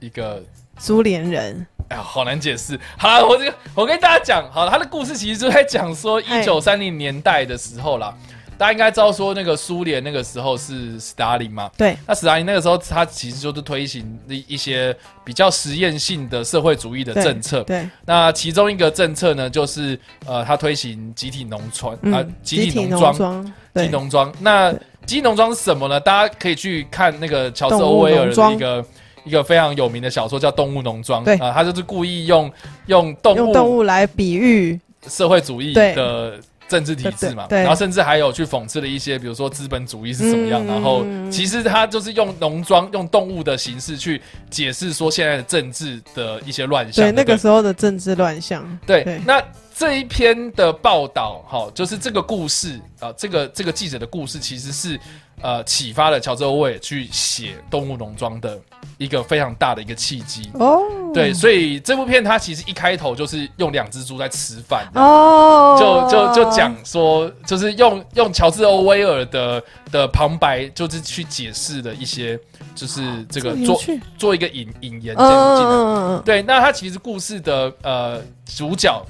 [SPEAKER 1] 一个
[SPEAKER 2] 苏联人，
[SPEAKER 1] 哎呀，好难解释。好啦，我这个我跟大家讲，好了，他的故事其实就在讲说一
[SPEAKER 2] 哎
[SPEAKER 1] 九三零年代的时候啦，大家应该知道说那个苏联那个时候是斯大林嘛。
[SPEAKER 2] 对，
[SPEAKER 1] 那斯大林那个时候，他其实就是推行一一些比较实验性的社会主义的
[SPEAKER 2] 对
[SPEAKER 1] 政策。啊
[SPEAKER 2] 对，
[SPEAKER 1] 那其中一个政策呢，就是呃，他推行集体农村啊、
[SPEAKER 2] 嗯，
[SPEAKER 1] 集体
[SPEAKER 2] 体
[SPEAKER 1] 农庄，
[SPEAKER 2] 庄，
[SPEAKER 1] 集
[SPEAKER 2] 对
[SPEAKER 1] 体，农庄。那
[SPEAKER 2] 对
[SPEAKER 1] 集体农庄是什么呢？大家可以去看那个乔治·
[SPEAKER 2] 动物
[SPEAKER 1] 欧威尔
[SPEAKER 2] 农
[SPEAKER 1] 的
[SPEAKER 2] 庄
[SPEAKER 1] 一个一个非常有名的小说叫《动物农庄》。
[SPEAKER 2] 对
[SPEAKER 1] 啊、他就是故意用用动
[SPEAKER 2] 用
[SPEAKER 1] 物
[SPEAKER 2] 动物来比喻，
[SPEAKER 1] 社会主义
[SPEAKER 2] 对
[SPEAKER 1] 的政治体制嘛，
[SPEAKER 2] 对对
[SPEAKER 1] 然后甚至还有去讽刺了一些，比如说资本主义是怎么样。
[SPEAKER 2] 嗯
[SPEAKER 1] 然后其实他就是用农庄、用动物的形式去解释说现在的政治的一些乱象。
[SPEAKER 2] 对，那
[SPEAKER 1] 不
[SPEAKER 2] 个时候的政治乱象，
[SPEAKER 1] 对，
[SPEAKER 2] 对
[SPEAKER 1] 那这一篇的报道，哈、就是这个故事啊、这个这个记者的故事，其实是呃启发了乔治·欧威尔去写《动物农庄》的一个非常大的一个契机。
[SPEAKER 2] 哦，
[SPEAKER 1] 对，，所以这部片它其实一开头就是用两只猪在吃饭，
[SPEAKER 2] 哦，
[SPEAKER 1] 就就就讲说，就是用用乔治·欧威尔的的旁白，就是去解释了一些，就是这个
[SPEAKER 2] 么有
[SPEAKER 1] 做
[SPEAKER 2] 趣
[SPEAKER 1] 做一个引引言
[SPEAKER 2] 嗯
[SPEAKER 1] 这样进来。
[SPEAKER 2] 嗯嗯
[SPEAKER 1] 对，那他其实故事的呃主角，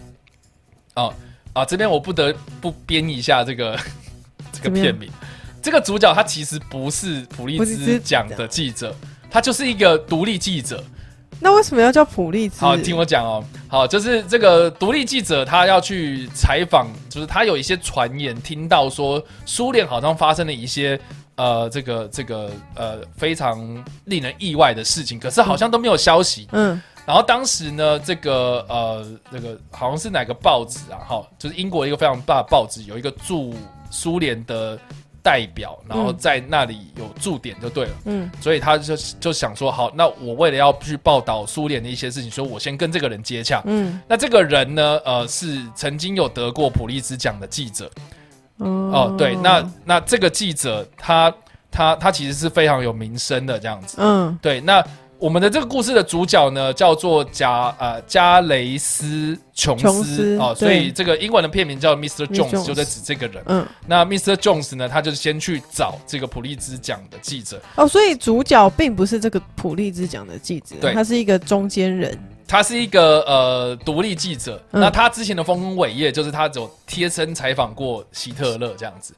[SPEAKER 1] 哦啊，这边我不得不编一下这个 这个
[SPEAKER 2] 怎么样
[SPEAKER 1] 片名。这个主角他其实不是普利
[SPEAKER 2] 普利兹
[SPEAKER 1] 兹奖的记者，他就是一个独立记者。
[SPEAKER 2] 嗯，那为什么要叫普利兹？
[SPEAKER 1] 好，听我讲哦。好，就是这个独立记者他要去采访，就是他有一些传言，听到说苏联好像发生了一些呃这个这个呃非常令人意外的事情，可是好像都没有消息。
[SPEAKER 2] 嗯，
[SPEAKER 1] 然后当时呢，这个呃，那个好像是哪个报纸啊，哈，就是英国一个非常大的报纸，有一个驻苏联的代表，然后在那里有驻点就对了，
[SPEAKER 2] 嗯，
[SPEAKER 1] 所以他就就想说，好，那我为了要去报道苏联的一些事情，所以我先跟这个人接洽。
[SPEAKER 2] 嗯，
[SPEAKER 1] 那这个人呢，呃，是曾经有得过普利兹奖的记者，哦
[SPEAKER 2] 哦，
[SPEAKER 1] 对，那那这个记者他他他其实是非常有名声的这样子。
[SPEAKER 2] 嗯
[SPEAKER 1] 对，那我们的这个故事的主角呢，叫做加呃加雷斯琼
[SPEAKER 2] 琼
[SPEAKER 1] 斯
[SPEAKER 2] 斯
[SPEAKER 1] 哦，所
[SPEAKER 2] 对
[SPEAKER 1] 以这个英文的片名叫 Mr. Jones，
[SPEAKER 2] Jones
[SPEAKER 1] 就在指这个人。
[SPEAKER 2] 嗯，
[SPEAKER 1] 那 Mr. Jones 呢，他就是先去找这个普利兹奖的记者，
[SPEAKER 2] 哦，所以主角并不是这个普利兹奖的记者
[SPEAKER 1] 对，
[SPEAKER 2] 他是一个中间人。
[SPEAKER 1] 他是一个呃独立记者。
[SPEAKER 2] 嗯
[SPEAKER 1] 那他之前的丰功伟业就是他有贴身采访过希特勒这样子。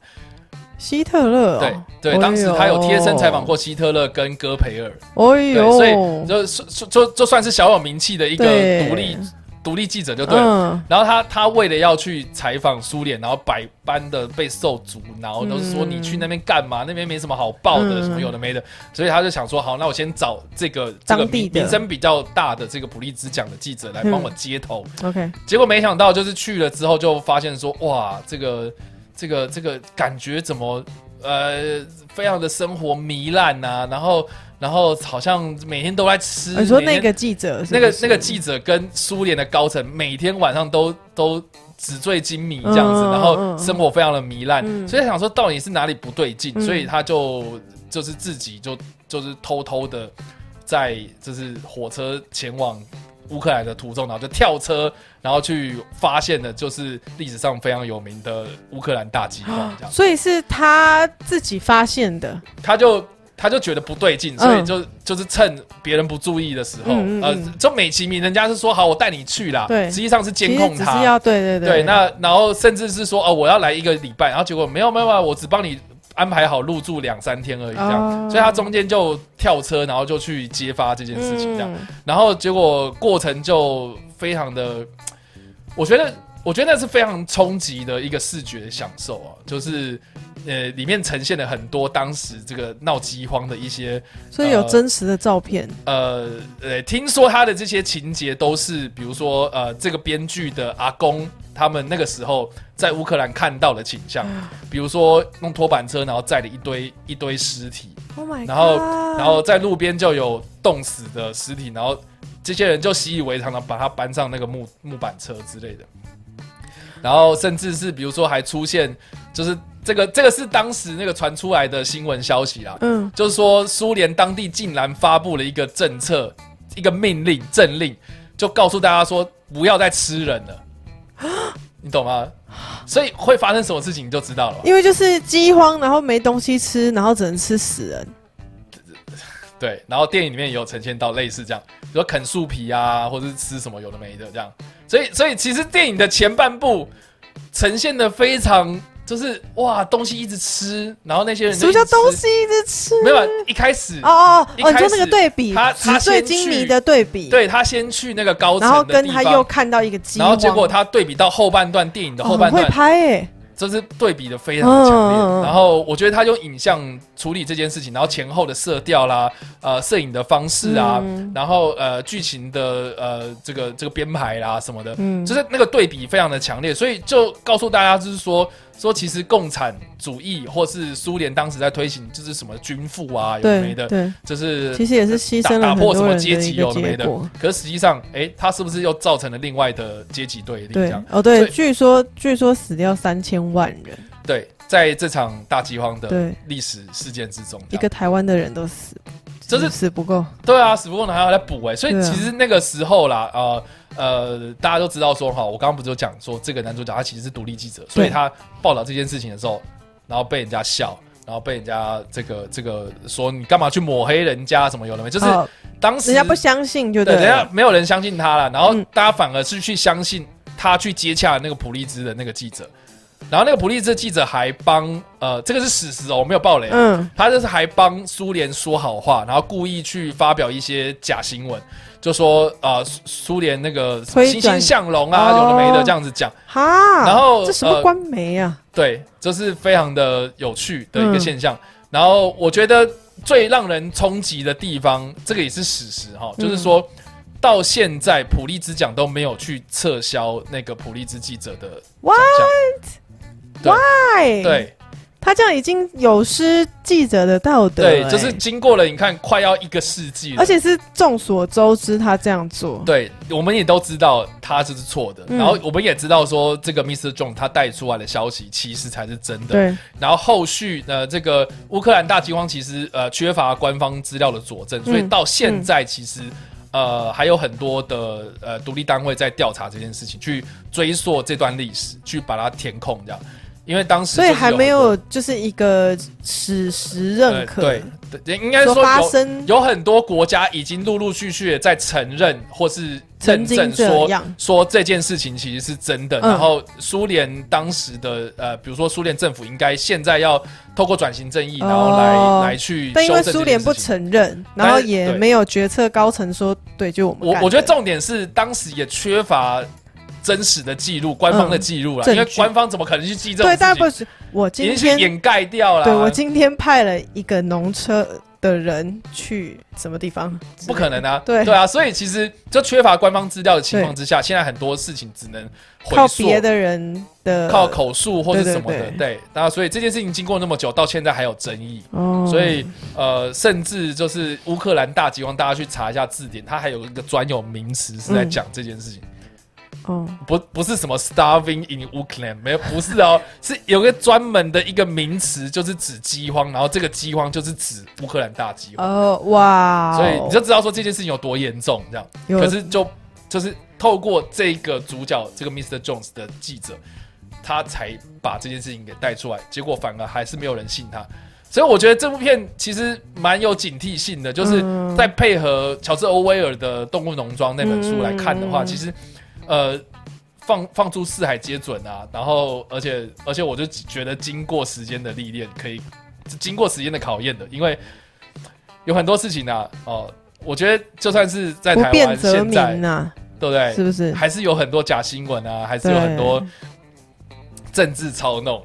[SPEAKER 2] 希特勒、
[SPEAKER 1] 对
[SPEAKER 2] 哦，
[SPEAKER 1] 对，当时他有贴身采访过希特勒跟戈培尔，
[SPEAKER 2] 哎
[SPEAKER 1] 对，
[SPEAKER 2] 呦，
[SPEAKER 1] 所
[SPEAKER 2] 哎
[SPEAKER 1] 以
[SPEAKER 2] 呦，
[SPEAKER 1] 就就就就算是小有名气的一个
[SPEAKER 2] 对
[SPEAKER 1] 独立独立记者就对了。
[SPEAKER 2] 嗯，
[SPEAKER 1] 然后他他为了要去采访苏联，然后百般的被受阻挠，都是说
[SPEAKER 2] 嗯
[SPEAKER 1] 你去那边干嘛？那边没什么好报的，
[SPEAKER 2] 嗯
[SPEAKER 1] 什么有的没的。所以他就想说，好，那我先找这个这个
[SPEAKER 2] 当地
[SPEAKER 1] 名
[SPEAKER 2] 的
[SPEAKER 1] 名声比较大的这个普利兹奖的记者来帮我接头。
[SPEAKER 2] OK，
[SPEAKER 1] 结果没想到，就是去了之后就发现说，哇，这个这个这个感觉怎么呃，非常的生活糜烂呐、然后然后好像每天都在吃。
[SPEAKER 2] 哦你说
[SPEAKER 1] 每天
[SPEAKER 2] 那个记者是不
[SPEAKER 1] 那
[SPEAKER 2] 是，
[SPEAKER 1] 个那个记者跟苏联的高层每天晚上都都纸醉金迷这样子，
[SPEAKER 2] 嗯
[SPEAKER 1] 然
[SPEAKER 2] 嗯
[SPEAKER 1] 后
[SPEAKER 2] 嗯
[SPEAKER 1] 生活非常的糜烂，
[SPEAKER 2] 嗯
[SPEAKER 1] 所以想说到底是哪里不对劲，
[SPEAKER 2] 嗯
[SPEAKER 1] 所以他就就是自己就就是偷偷的在就是火车前往。乌克兰的途中，然后就跳车，然后去发现的就是历史上非常有名的乌克兰大饥荒，这样子
[SPEAKER 2] 所以是他自己发现的，
[SPEAKER 1] 他就他就觉得不对劲，
[SPEAKER 2] 嗯
[SPEAKER 1] 所以就、就是趁别人不注意的时候，
[SPEAKER 2] 嗯嗯
[SPEAKER 1] 呃
[SPEAKER 2] 嗯，
[SPEAKER 1] 就美其名人家是说好我带你去啦，
[SPEAKER 2] 对
[SPEAKER 1] 实际上是监
[SPEAKER 2] 其
[SPEAKER 1] 控
[SPEAKER 2] 实只
[SPEAKER 1] 他，
[SPEAKER 2] 是要对对
[SPEAKER 1] 对那然后甚至是说哦、我要来一个礼拜，然后结果没有没有，没有我只帮你安排好入住两三天而已这样。
[SPEAKER 2] 哦
[SPEAKER 1] 所以他中间就跳车，然后就去揭发这件事情，这样，
[SPEAKER 2] 嗯
[SPEAKER 1] 然后结果过程就非常的，我觉得，我觉得那是非常冲击的一个视觉享受啊，就是呃，里面呈现了很多当时这个闹饥荒的一些
[SPEAKER 2] 所以有
[SPEAKER 1] 呃
[SPEAKER 2] 真实的照片，
[SPEAKER 1] 呃呃，听说他的这些情节都是，比如说呃，这个编剧的阿公他们那个时候在乌克兰看到的景象，比如说弄拖板车，然后载了一堆一堆尸体，
[SPEAKER 2] Oh my god！
[SPEAKER 1] 然后然后在路边就有冻死的尸体，然后这些人就习以为常的把它搬上那个木木板车之类的，然后甚至是比如说还出现，就是这个这个是当时那个传出来的新闻消息啦，
[SPEAKER 2] 嗯，
[SPEAKER 1] 就是说苏联当地竟然发布了一个政策，一个命令政令，就告诉大家说不要再吃人了，你懂吗？所以会发生什么事情你就知道了吧。
[SPEAKER 2] 因为就是饥荒，然后没东西吃，然后只能吃死人。
[SPEAKER 1] 对，然后电影里面也有呈现到类似这样，比如说啃树皮啊，或者是吃什么有的没的这样。所以，所以其实电影的前半部呈现的非常就是哇，东西一直吃，然后那些人
[SPEAKER 2] 什
[SPEAKER 1] 就
[SPEAKER 2] 么
[SPEAKER 1] 一直
[SPEAKER 2] 叫
[SPEAKER 1] 吃
[SPEAKER 2] 东？西一直吃？
[SPEAKER 1] 没有，一开始、
[SPEAKER 2] 哦哦
[SPEAKER 1] 一
[SPEAKER 2] 哦，你
[SPEAKER 1] 开
[SPEAKER 2] 说
[SPEAKER 1] 始
[SPEAKER 2] 那个对比，
[SPEAKER 1] 他他
[SPEAKER 2] 纸醉
[SPEAKER 1] 先
[SPEAKER 2] 金迷
[SPEAKER 1] 去
[SPEAKER 2] 的对比，，
[SPEAKER 1] 对他先去那个高
[SPEAKER 2] 然后
[SPEAKER 1] 层的
[SPEAKER 2] 跟
[SPEAKER 1] 地
[SPEAKER 2] 他又
[SPEAKER 1] 方。
[SPEAKER 2] 看到一个饥
[SPEAKER 1] 然
[SPEAKER 2] 荒，
[SPEAKER 1] 后结果他对比到后半段电影的
[SPEAKER 2] 哦
[SPEAKER 1] 后半
[SPEAKER 2] 很会
[SPEAKER 1] 段，
[SPEAKER 2] 拍诶，
[SPEAKER 1] 就是对比的非常的强烈。
[SPEAKER 2] 嗯嗯嗯
[SPEAKER 1] 然后我觉得他用影像处理这件事情，然后前后的色调啦，呃，摄影的方式啊，
[SPEAKER 2] 嗯
[SPEAKER 1] 然后呃，剧情的呃这个这个编排啦什么的，
[SPEAKER 2] 嗯
[SPEAKER 1] 就是那个对比非常的强烈，所以就告诉大家，就是说说其实共产主义或是苏联当时在推行就是什么军富啊，有的没
[SPEAKER 2] 对
[SPEAKER 1] 的，
[SPEAKER 2] 对，
[SPEAKER 1] 就是
[SPEAKER 2] 其实也是牺牲
[SPEAKER 1] 打
[SPEAKER 2] 了
[SPEAKER 1] 打
[SPEAKER 2] 很
[SPEAKER 1] 破什么
[SPEAKER 2] 多人的
[SPEAKER 1] 阶
[SPEAKER 2] 一
[SPEAKER 1] 级
[SPEAKER 2] 个
[SPEAKER 1] 有的没
[SPEAKER 2] 结
[SPEAKER 1] 的
[SPEAKER 2] 果。
[SPEAKER 1] 可是实际上，哎，它是不是又造成了另外的阶级对立？这
[SPEAKER 2] 对
[SPEAKER 1] 样，
[SPEAKER 2] 哦
[SPEAKER 1] 所
[SPEAKER 2] 对
[SPEAKER 1] 以，
[SPEAKER 2] 据说据说死掉三千万人，
[SPEAKER 1] 对，在这场大饥荒的
[SPEAKER 2] 对，
[SPEAKER 1] 历史事件之中，这
[SPEAKER 2] 一
[SPEAKER 1] 样
[SPEAKER 2] 个台湾的人都死，
[SPEAKER 1] 就是
[SPEAKER 2] 死不够。
[SPEAKER 1] 对啊，死不过呢还要来补哎、所以
[SPEAKER 2] 对啊
[SPEAKER 1] 其实那个时候啦，呃呃，大家都知道说哈，我刚刚不是有讲说这个男主角他其实是独立记者，所以他报道这件事情的时候，然后被人家笑，然后被人家这个这个说你干嘛去抹黑人家什么有的没，就是
[SPEAKER 2] 哦
[SPEAKER 1] 当时
[SPEAKER 2] 人家不相信就
[SPEAKER 1] 对，
[SPEAKER 2] 对
[SPEAKER 1] 人家
[SPEAKER 2] 了，
[SPEAKER 1] 没有人相信他了，然后
[SPEAKER 2] 嗯
[SPEAKER 1] 大家反而是去相信他去接洽那个普利兹的那个记者，然后那个普利兹的记者还帮呃，这个是史实哦，我没有爆雷哦、
[SPEAKER 2] 嗯，
[SPEAKER 1] 他就是还帮苏联说好话，然后故意去发表一些假新闻，就说啊，苏苏联那个什么
[SPEAKER 2] 推
[SPEAKER 1] 欣欣
[SPEAKER 2] 转
[SPEAKER 1] 向荣啊，
[SPEAKER 2] 哦
[SPEAKER 1] 有的没的这样子讲，
[SPEAKER 2] 哈，
[SPEAKER 1] 然后
[SPEAKER 2] 这什么
[SPEAKER 1] 呃
[SPEAKER 2] 官媒啊？
[SPEAKER 1] 对，这是非常的有趣的一个
[SPEAKER 2] 嗯
[SPEAKER 1] 现象。然后我觉得最让人冲击的地方，这个也是史实
[SPEAKER 2] 嗯
[SPEAKER 1] 哈，就是说到现在普利兹奖都没有去撤销那个普利兹记者的奖项，
[SPEAKER 2] Why？Why？
[SPEAKER 1] 对，
[SPEAKER 2] 他这样已经有失记者的道德、
[SPEAKER 1] 对
[SPEAKER 2] 欸，
[SPEAKER 1] 就是经过了你看快要一个世纪了，
[SPEAKER 2] 而且是众所周知他这样做，
[SPEAKER 1] 对，我们也都知道他这是错的，
[SPEAKER 2] 嗯
[SPEAKER 1] 然后我们也知道说这个 Mr. John 他带出来的消息其实才是真的。
[SPEAKER 2] 对
[SPEAKER 1] 然后后续呢，这个乌克兰大饥荒其实呃缺乏官方资料的佐证，所以
[SPEAKER 2] 嗯
[SPEAKER 1] 到现在其实、呃还有很多的呃独立单位在调查这件事情，去追溯这段历史，去把它填空这样。因为当时
[SPEAKER 2] 所以
[SPEAKER 1] 就是
[SPEAKER 2] 还没
[SPEAKER 1] 有
[SPEAKER 2] 有就是一个史实
[SPEAKER 1] 很多
[SPEAKER 2] 认可，
[SPEAKER 1] 呃对对，应该说
[SPEAKER 2] 说发
[SPEAKER 1] 有
[SPEAKER 2] 生
[SPEAKER 1] 有很多国家已经陆陆续续的在承认或是认
[SPEAKER 2] 曾经
[SPEAKER 1] 证
[SPEAKER 2] 这
[SPEAKER 1] 说
[SPEAKER 2] 样，
[SPEAKER 1] 说这件事情其实是真的。
[SPEAKER 2] 嗯
[SPEAKER 1] 然后苏联当时的呃，比如说苏联政府应该现在要透过转型正义，
[SPEAKER 2] 哦
[SPEAKER 1] 然后来、来去
[SPEAKER 2] 但因
[SPEAKER 1] 修
[SPEAKER 2] 为
[SPEAKER 1] 正
[SPEAKER 2] 苏
[SPEAKER 1] 这
[SPEAKER 2] 联
[SPEAKER 1] 件
[SPEAKER 2] 不
[SPEAKER 1] 事情。
[SPEAKER 2] 承认，
[SPEAKER 1] 但
[SPEAKER 2] 然后
[SPEAKER 1] 是
[SPEAKER 2] 也
[SPEAKER 1] 对
[SPEAKER 2] 没有决策高层说对，就我们
[SPEAKER 1] 我
[SPEAKER 2] 干
[SPEAKER 1] 我觉得
[SPEAKER 2] 的
[SPEAKER 1] 重点是当时也缺乏真实的记录，官方的记录啦，
[SPEAKER 2] 嗯
[SPEAKER 1] 因为
[SPEAKER 2] 证据
[SPEAKER 1] 官方怎么可能去记这种
[SPEAKER 2] 对，
[SPEAKER 1] 事
[SPEAKER 2] 大家不
[SPEAKER 1] 情？
[SPEAKER 2] 是我
[SPEAKER 1] 已
[SPEAKER 2] 今
[SPEAKER 1] 经去
[SPEAKER 2] 天
[SPEAKER 1] 掩盖掉了。
[SPEAKER 2] 对我今天派了一个农车的人去什么地方，
[SPEAKER 1] 不可能啊，
[SPEAKER 2] 对
[SPEAKER 1] 啊，所以其实就缺乏官方资料的情况之下，现在很多事情只能回
[SPEAKER 2] 靠
[SPEAKER 1] 溯
[SPEAKER 2] 别的人的
[SPEAKER 1] 靠口述或是什么的，
[SPEAKER 2] 对对
[SPEAKER 1] 对。那所以这件事情经过那么久，到现在还有争议。
[SPEAKER 2] 哦，
[SPEAKER 1] 所以，呃，甚至就是乌克兰大饥荒，大家去查一下字典，它还有一个专有名词是在
[SPEAKER 2] 嗯
[SPEAKER 1] 讲这件事情，
[SPEAKER 2] 哦，
[SPEAKER 1] 不不是什么 starving in Ukraine，没有，不是哦，是有个专门的一个名词，就是指饥荒，然后这个饥荒就是指乌克兰大饥荒，
[SPEAKER 2] 哦哇哦，
[SPEAKER 1] 所以你就知道说这件事情有多严重，这样。
[SPEAKER 2] 有
[SPEAKER 1] 可是就就是透过这个主角这个 Mr. Jones 的记者，他才把这件事情给带出来，结果反而还是没有人信他。所以我觉得这部片其实蛮有警惕性的，就是
[SPEAKER 2] 嗯
[SPEAKER 1] 在配合乔治·欧威尔的《动物农庄》那本书来看的话，
[SPEAKER 2] 嗯
[SPEAKER 1] 其实呃放放出四海皆准啊，然后而且而且我就觉得经过时间的历练，可以是经过时间的考验的，因为有很多事情啊，哦、我觉得就算是在
[SPEAKER 2] 不
[SPEAKER 1] 台
[SPEAKER 2] 变
[SPEAKER 1] 湾
[SPEAKER 2] 则
[SPEAKER 1] 现
[SPEAKER 2] 明
[SPEAKER 1] 在，哎
[SPEAKER 2] 呐，
[SPEAKER 1] 对不对？
[SPEAKER 2] 是不是？
[SPEAKER 1] 还是有很多假新闻啊，还是
[SPEAKER 2] 对
[SPEAKER 1] 有很多政治操弄。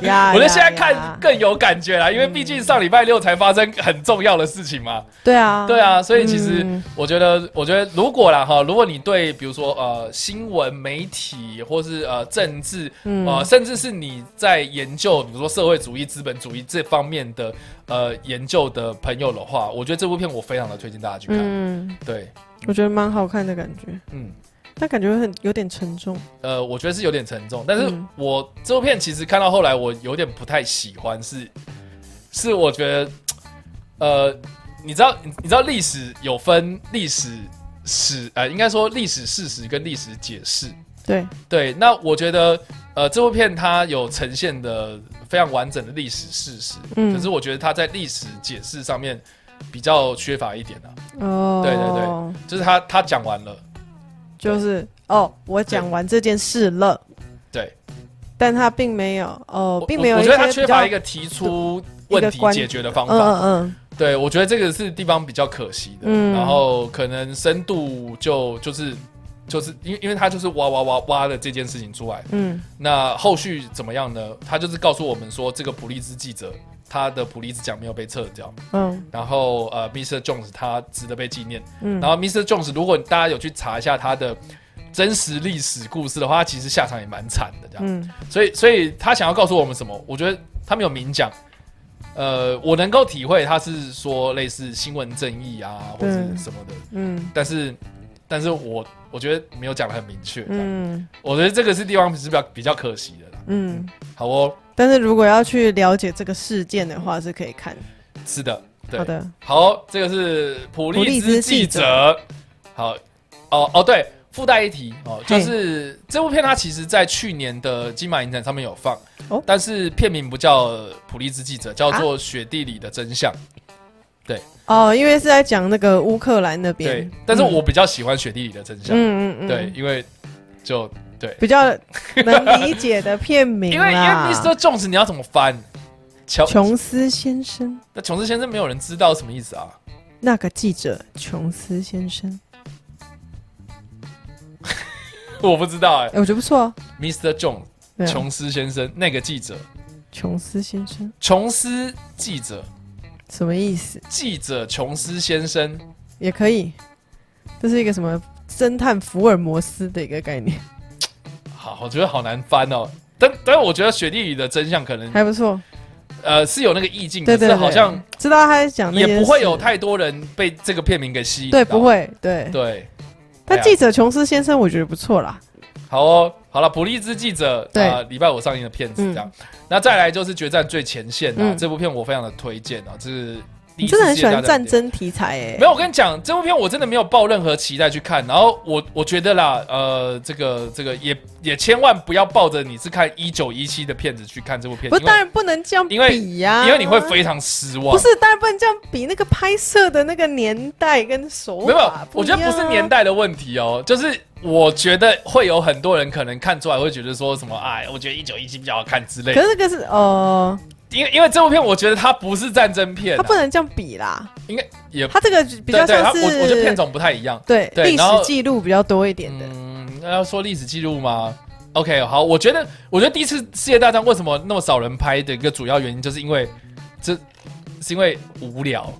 [SPEAKER 2] 呀，
[SPEAKER 1] 我觉得现在
[SPEAKER 2] 哎呀
[SPEAKER 1] 看
[SPEAKER 2] 呀嗯
[SPEAKER 1] 更有感觉啦，因为毕竟上礼拜六才发生很重要的事情嘛。
[SPEAKER 2] 对啊，
[SPEAKER 1] 对啊，所以其实
[SPEAKER 2] 嗯
[SPEAKER 1] 我觉得，我觉得如果啦哈，如果你对比如说呃新闻媒体或是呃政治
[SPEAKER 2] 嗯
[SPEAKER 1] 呃，甚至是你在研究，比如说社会主义、资本主义这方面的呃研究的朋友的话，我觉得这部片我非常的推荐大家去看。
[SPEAKER 2] 嗯，
[SPEAKER 1] 对，
[SPEAKER 2] 我觉得蛮好看的感觉，
[SPEAKER 1] 嗯，
[SPEAKER 2] 但感觉很有点沉重，
[SPEAKER 1] 呃，我觉得是有点沉重，但是
[SPEAKER 2] 嗯
[SPEAKER 1] 我这部片其实看到后来，我有点不太喜欢，是是我觉得，呃，你知道你你知道历史有分历史史呃，应该说历史事实跟历史解释，
[SPEAKER 2] 对，
[SPEAKER 1] 对，那我觉得，呃，这部片它有呈现的非常完整的历史事实，
[SPEAKER 2] 嗯
[SPEAKER 1] 可是我觉得它在历史解释上面比较缺乏一点啊，
[SPEAKER 2] 哦，
[SPEAKER 1] 对对对。就是它它讲完了，
[SPEAKER 2] 就是哦，我讲完这件事了，
[SPEAKER 1] 对，
[SPEAKER 2] 但他并没有哦
[SPEAKER 1] 我，
[SPEAKER 2] 并没有
[SPEAKER 1] 我
[SPEAKER 2] 一
[SPEAKER 1] 我觉
[SPEAKER 2] 些
[SPEAKER 1] 得它缺乏一
[SPEAKER 2] 比
[SPEAKER 1] 个提出问题
[SPEAKER 2] 一个观
[SPEAKER 1] 解决的方
[SPEAKER 2] 较
[SPEAKER 1] 法，
[SPEAKER 2] 嗯嗯
[SPEAKER 1] 对我觉得这个是地方比较可惜的，
[SPEAKER 2] 嗯
[SPEAKER 1] 然后可能深度就就是。就是因为因为他就是挖挖挖挖了这件事情出来，
[SPEAKER 2] 嗯
[SPEAKER 1] 那后续怎么样呢？他就是告诉我们说，这个普利兹记者他的普利兹奖没有被撤掉，
[SPEAKER 2] 嗯嗯
[SPEAKER 1] 然后呃，Mr. Jones 他值得被纪念。
[SPEAKER 2] 嗯，
[SPEAKER 1] 然后 Mr. Jones，如果大家有去查一下他的真实历史故事的话，他其实下场也蛮惨的这样。
[SPEAKER 2] 嗯
[SPEAKER 1] 所以，所以他想要告诉我们什么？我觉得他没有明讲。呃，我能够体会他是说类似新闻正义啊，或者
[SPEAKER 2] 对
[SPEAKER 1] 什么的，
[SPEAKER 2] 嗯
[SPEAKER 1] 但是，但是我我觉得没有讲的很明确。这样
[SPEAKER 2] 嗯
[SPEAKER 1] 我觉得这个是地方是比较比较可惜的啦。
[SPEAKER 2] 嗯，
[SPEAKER 1] 好哦，
[SPEAKER 2] 但是如果要去了解这个事件的话，是可以看
[SPEAKER 1] 是的，对
[SPEAKER 2] 好。的，
[SPEAKER 1] 好，这个是普利兹记者。好，哦哦，对，附带一提哦，就
[SPEAKER 2] 嘿
[SPEAKER 1] 是这部片它其实在去年的金马影展上面有放，
[SPEAKER 2] 哦
[SPEAKER 1] 但是片名不叫《普利兹记者》，叫做《雪地里的真相》。
[SPEAKER 2] 啊哦，因为是在讲那个乌克兰那
[SPEAKER 1] 对
[SPEAKER 2] 边，，
[SPEAKER 1] 但是我比较喜欢《雪地里的真相》
[SPEAKER 2] 嗯嗯嗯嗯，
[SPEAKER 1] 对，，因为就对，
[SPEAKER 2] 比较能理解的片名
[SPEAKER 1] 因为因为
[SPEAKER 2] 啦
[SPEAKER 1] Mr. Jones 你要怎么翻？乔
[SPEAKER 2] 啊琼斯先生，
[SPEAKER 1] 那琼斯先生没有人知道什么意思啊？
[SPEAKER 2] 那个记者琼斯先生，
[SPEAKER 1] 我不知道哎、
[SPEAKER 2] 哎，我觉得不错啊，
[SPEAKER 1] Mr. Jones
[SPEAKER 2] 对啊
[SPEAKER 1] 琼斯先生那个记者，
[SPEAKER 2] 琼斯先生
[SPEAKER 1] 琼斯记者。
[SPEAKER 2] 什么意思？
[SPEAKER 1] 记者琼斯先生，
[SPEAKER 2] 也可以，这是一个什么侦探福尔摩斯的一个概念，
[SPEAKER 1] 嗯好，我觉得好难翻哦。但但我觉得《雪地里的真相》可能
[SPEAKER 2] 还不错。
[SPEAKER 1] 呃，是有那个意境，
[SPEAKER 2] 对对
[SPEAKER 1] 可
[SPEAKER 2] 对，
[SPEAKER 1] 是好像
[SPEAKER 2] 知道他在讲那
[SPEAKER 1] 也
[SPEAKER 2] 些
[SPEAKER 1] 不会
[SPEAKER 2] 事
[SPEAKER 1] 有太多人被这个片名给吸引。
[SPEAKER 2] 对，不。会对。
[SPEAKER 1] 对，啊
[SPEAKER 2] 但记者琼斯先生我觉得不错啦，
[SPEAKER 1] 好哦，好了，《普利兹记者》
[SPEAKER 2] 对
[SPEAKER 1] 啊，礼拜五上映的片子这样。那再来就是《决战最前线》啊，
[SPEAKER 2] 嗯
[SPEAKER 1] 这部片我非常的推荐啊，这是第
[SPEAKER 2] 你
[SPEAKER 1] 一
[SPEAKER 2] 真
[SPEAKER 1] 次
[SPEAKER 2] 的很
[SPEAKER 1] 世
[SPEAKER 2] 喜
[SPEAKER 1] 界
[SPEAKER 2] 欢
[SPEAKER 1] 大
[SPEAKER 2] 战
[SPEAKER 1] 战
[SPEAKER 2] 争题材欸诶、
[SPEAKER 1] 没有，我跟你讲，这部片我真的没有抱任何期待去看。然后我我觉得啦，呃，这个这个也也千万不要抱着你是看一九一七的片子去看这部片，
[SPEAKER 2] 不，
[SPEAKER 1] 因为
[SPEAKER 2] 当然不能这样
[SPEAKER 1] 因为
[SPEAKER 2] 比呀、
[SPEAKER 1] 因为你会非常失望。
[SPEAKER 2] 不是，当然不能这样比那个拍摄的那个年代跟手法
[SPEAKER 1] 没有，没有，
[SPEAKER 2] 不
[SPEAKER 1] 我
[SPEAKER 2] 一
[SPEAKER 1] 觉
[SPEAKER 2] 样啊
[SPEAKER 1] 得不是年代的问题哦，就是我觉得会有很多人可能看出来会觉得说什么，哎，我觉得一九一七比较好看之类
[SPEAKER 2] 可
[SPEAKER 1] 的。
[SPEAKER 2] 是这个是呃，
[SPEAKER 1] 因为因为这部片，我觉得它不是战争片、
[SPEAKER 2] 它
[SPEAKER 1] 啊，
[SPEAKER 2] 不能这样比啦，
[SPEAKER 1] 应该也
[SPEAKER 2] 它这个比
[SPEAKER 1] 对对
[SPEAKER 2] 较像
[SPEAKER 1] 它
[SPEAKER 2] 是
[SPEAKER 1] 我我觉得片种不太一样。
[SPEAKER 2] 对
[SPEAKER 1] 对
[SPEAKER 2] 历
[SPEAKER 1] 然后
[SPEAKER 2] 史记录比较多一点的，
[SPEAKER 1] 嗯，那要说历史记录吗？OK，好，我觉得，我觉得第一次世界大战为什么那么少人拍的一个主要原因，就是因为这是因为无聊，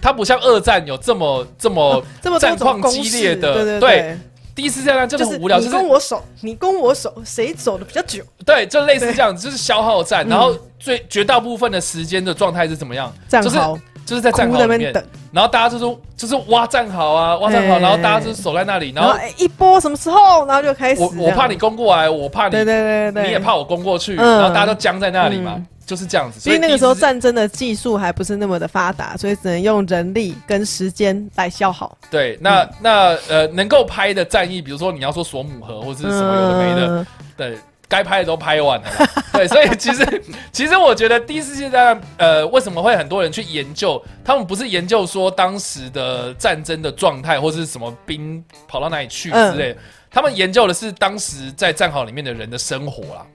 [SPEAKER 1] 它不像二战有这么这么、
[SPEAKER 2] 这么多
[SPEAKER 1] 战
[SPEAKER 2] 种
[SPEAKER 1] 况
[SPEAKER 2] 公
[SPEAKER 1] 激
[SPEAKER 2] 式
[SPEAKER 1] 烈的
[SPEAKER 2] 对
[SPEAKER 1] 对第一次世界大战
[SPEAKER 2] 就
[SPEAKER 1] 就是是无聊，就
[SPEAKER 2] 你
[SPEAKER 1] 是
[SPEAKER 2] 攻我守，你攻我守，谁走的比较久？
[SPEAKER 1] 对，就类似
[SPEAKER 2] 对
[SPEAKER 1] 这样，就是消耗战，
[SPEAKER 2] 嗯
[SPEAKER 1] 然后最绝大部分的时间的状态是怎么样？
[SPEAKER 2] 战
[SPEAKER 1] 就是
[SPEAKER 2] 壕，
[SPEAKER 1] 就是在战
[SPEAKER 2] 哭
[SPEAKER 1] 壕
[SPEAKER 2] 在
[SPEAKER 1] 里面
[SPEAKER 2] 那边，等，
[SPEAKER 1] 然后大家就是就是挖战壕啊，挖战壕，
[SPEAKER 2] 哎
[SPEAKER 1] 然后大家就是守在那里，然
[SPEAKER 2] 然后
[SPEAKER 1] 后
[SPEAKER 2] 哎一波什么时候，然后就开始
[SPEAKER 1] 我
[SPEAKER 2] 这样。
[SPEAKER 1] 我怕你攻过来，我怕你
[SPEAKER 2] 对，对对对对，
[SPEAKER 1] 你也怕我攻过去，
[SPEAKER 2] 嗯
[SPEAKER 1] 然后大家都僵在那里嘛
[SPEAKER 2] 嗯，
[SPEAKER 1] 就是这样子。
[SPEAKER 2] 所以
[SPEAKER 1] 第
[SPEAKER 2] 那个
[SPEAKER 1] 一
[SPEAKER 2] 时候
[SPEAKER 1] 次
[SPEAKER 2] 战争的技术还不是那么的发达，所以只能用人力跟时间来消耗。
[SPEAKER 1] 对，
[SPEAKER 2] 嗯
[SPEAKER 1] 那那呃，能够拍的战役，比如说你要说索姆河或者是什么有的没的，
[SPEAKER 2] 嗯
[SPEAKER 1] 对，该拍的都拍完了啦。 对，所以其实其实我觉得第一次世界大战，呃，为什么会很多人去研究？他们不是研究说当时的战争的状态，或是什么兵跑到哪里去之
[SPEAKER 2] 嗯
[SPEAKER 1] 类的，他们研究的是当时在战壕里面的人的生活啦。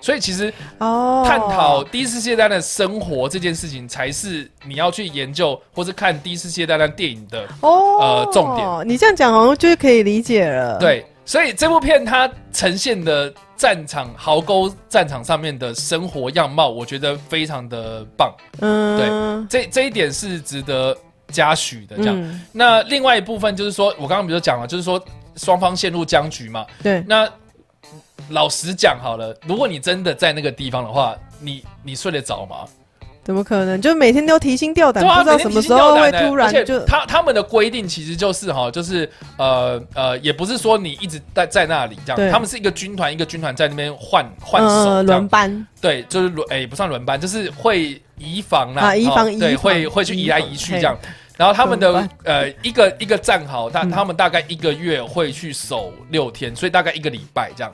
[SPEAKER 1] 所以其实
[SPEAKER 2] 哦，
[SPEAKER 1] 探讨第一次世界大战的生活这件事情，才是你要去研究或是看第一次世界大战电影的。
[SPEAKER 2] 哦
[SPEAKER 1] 呃重点。
[SPEAKER 2] 你这样讲好像就可以理解了。，
[SPEAKER 1] 对，所以这部片它呈现的战场壕沟战场上面的生活样貌，我觉得非常的棒。
[SPEAKER 2] 嗯，
[SPEAKER 1] 这这一点是值得嘉许的。这样，
[SPEAKER 2] 嗯，
[SPEAKER 1] 那另外一部分就是说，我刚刚不就讲了，就是说双方陷入僵局嘛。
[SPEAKER 2] 对，
[SPEAKER 1] 那老实讲好了，如果你真的在那个地方的话，你你睡得着吗？
[SPEAKER 2] 怎么可能？就每天都提心吊胆，
[SPEAKER 1] 对啊，
[SPEAKER 2] 不知道
[SPEAKER 1] 每天
[SPEAKER 2] 什么
[SPEAKER 1] 提
[SPEAKER 2] 时
[SPEAKER 1] 心吊
[SPEAKER 2] 候
[SPEAKER 1] 胆
[SPEAKER 2] 会
[SPEAKER 1] 的
[SPEAKER 2] 突
[SPEAKER 1] 而
[SPEAKER 2] 然
[SPEAKER 1] 且
[SPEAKER 2] 就
[SPEAKER 1] 他他们的规定其实就是哈，就是呃呃，也不是说你一直在在那里这
[SPEAKER 2] 对
[SPEAKER 1] 样，他们是一个军团一个军团在那边换换手
[SPEAKER 2] 嗯
[SPEAKER 1] 这
[SPEAKER 2] 轮
[SPEAKER 1] 样，
[SPEAKER 2] 班
[SPEAKER 1] 对，就是轮哎、也不算轮班，就是会移防啦，
[SPEAKER 2] 啊移防
[SPEAKER 1] 哦
[SPEAKER 2] 移
[SPEAKER 1] 对，
[SPEAKER 2] 防
[SPEAKER 1] 会会去
[SPEAKER 2] 移
[SPEAKER 1] 移来
[SPEAKER 2] 防
[SPEAKER 1] 移去
[SPEAKER 2] 嘿
[SPEAKER 1] 这样。然后他们
[SPEAKER 2] 轮
[SPEAKER 1] 的
[SPEAKER 2] 班
[SPEAKER 1] 呃一个一个战壕，大
[SPEAKER 2] 嗯
[SPEAKER 1] 他们大概一个月会去守六天，所以大概一个礼拜这样。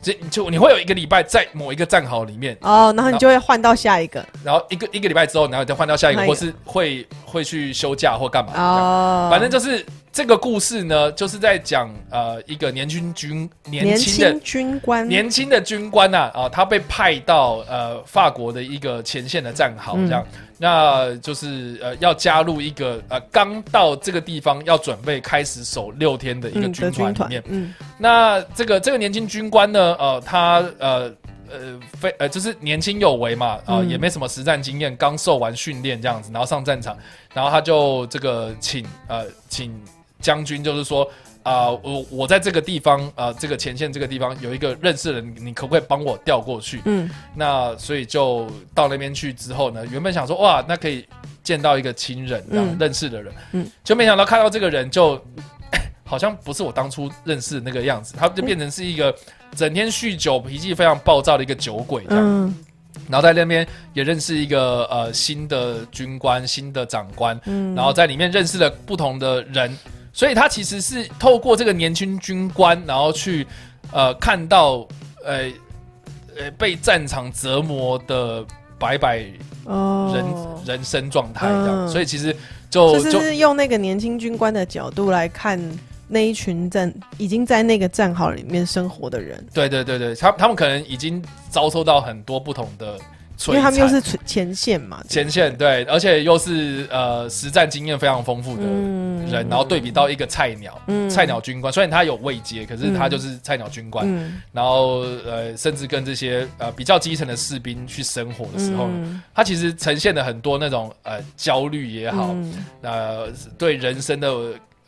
[SPEAKER 1] 就就你会有一个礼拜在某一个战壕里面，
[SPEAKER 2] 哦，然后你就会换到下一个
[SPEAKER 1] 然后一个一个礼拜之后，然后你再换到下一个，
[SPEAKER 2] 换一
[SPEAKER 1] 或
[SPEAKER 2] 个
[SPEAKER 1] 是会会去休假或干嘛这样。
[SPEAKER 2] 哦，
[SPEAKER 1] 反正就是这个故事呢，就是在讲呃一个年轻军年
[SPEAKER 2] 年
[SPEAKER 1] 轻的
[SPEAKER 2] 轻军官
[SPEAKER 1] 年轻的军官呐啊、他被派到呃法国的一个前线的战壕
[SPEAKER 2] 嗯
[SPEAKER 1] 这样，那就是呃要加入一个呃刚到这个地方要准备开始守六天的一个
[SPEAKER 2] 嗯
[SPEAKER 1] 军
[SPEAKER 2] 的
[SPEAKER 1] 团
[SPEAKER 2] 军
[SPEAKER 1] 里
[SPEAKER 2] 团
[SPEAKER 1] 面，，
[SPEAKER 2] 嗯，
[SPEAKER 1] 那这个这个年轻军官呢，呃，他呃。呃，非呃，就是年轻有为嘛，啊、
[SPEAKER 2] 嗯
[SPEAKER 1] 也没什么实战经验，刚受完训练这样子，然后上战场，然后他就这个请呃请将军，就是说啊、我我在这个地方啊、这个前线这个地方有一个认识的人，你可不可以帮我调过去？
[SPEAKER 2] 嗯，
[SPEAKER 1] 那所以就到那边去之后呢，原本想说哇，那可以见到一个亲人，这样、
[SPEAKER 2] 嗯
[SPEAKER 1] 认识的人，
[SPEAKER 2] 嗯
[SPEAKER 1] 就没想到看到这个人就 好像不是我当初认识的那个样子，他
[SPEAKER 2] 嗯
[SPEAKER 1] 就变成是一个整天酗酒、脾气非常暴躁的一个酒鬼这样。
[SPEAKER 2] 嗯
[SPEAKER 1] 然后在那边也认识一个呃新的军官、新的长官，
[SPEAKER 2] 嗯，
[SPEAKER 1] 然后在里面认识了不同的人，所以他其实是透过这个年轻军官，然后去呃看到呃呃被战场折磨的百百人、
[SPEAKER 2] 哦
[SPEAKER 1] 人生状态这样，
[SPEAKER 2] 嗯
[SPEAKER 1] 所以其实就
[SPEAKER 2] 就是
[SPEAKER 1] 就是
[SPEAKER 2] 用那个年轻军官的角度来看那一群战已经在那个战壕里面生活的人，
[SPEAKER 1] 对对对对，他他们可能已经遭受到很多不同的
[SPEAKER 2] 因
[SPEAKER 1] 摧
[SPEAKER 2] 为他们又
[SPEAKER 1] 残。
[SPEAKER 2] 是前前线嘛，
[SPEAKER 1] 前线对，而且又是呃实战经验非常丰富的
[SPEAKER 2] 嗯
[SPEAKER 1] 人，然后对比到一个菜鸟，
[SPEAKER 2] 嗯
[SPEAKER 1] 菜鸟军官，虽然他有位阶，可是他就是菜鸟军官，
[SPEAKER 2] 嗯
[SPEAKER 1] 然后呃，甚至跟这些呃比较基层的士兵去生活的时候，
[SPEAKER 2] 嗯
[SPEAKER 1] 他其实呈现了很多那种呃焦虑也好，
[SPEAKER 2] 嗯
[SPEAKER 1] 呃对人生的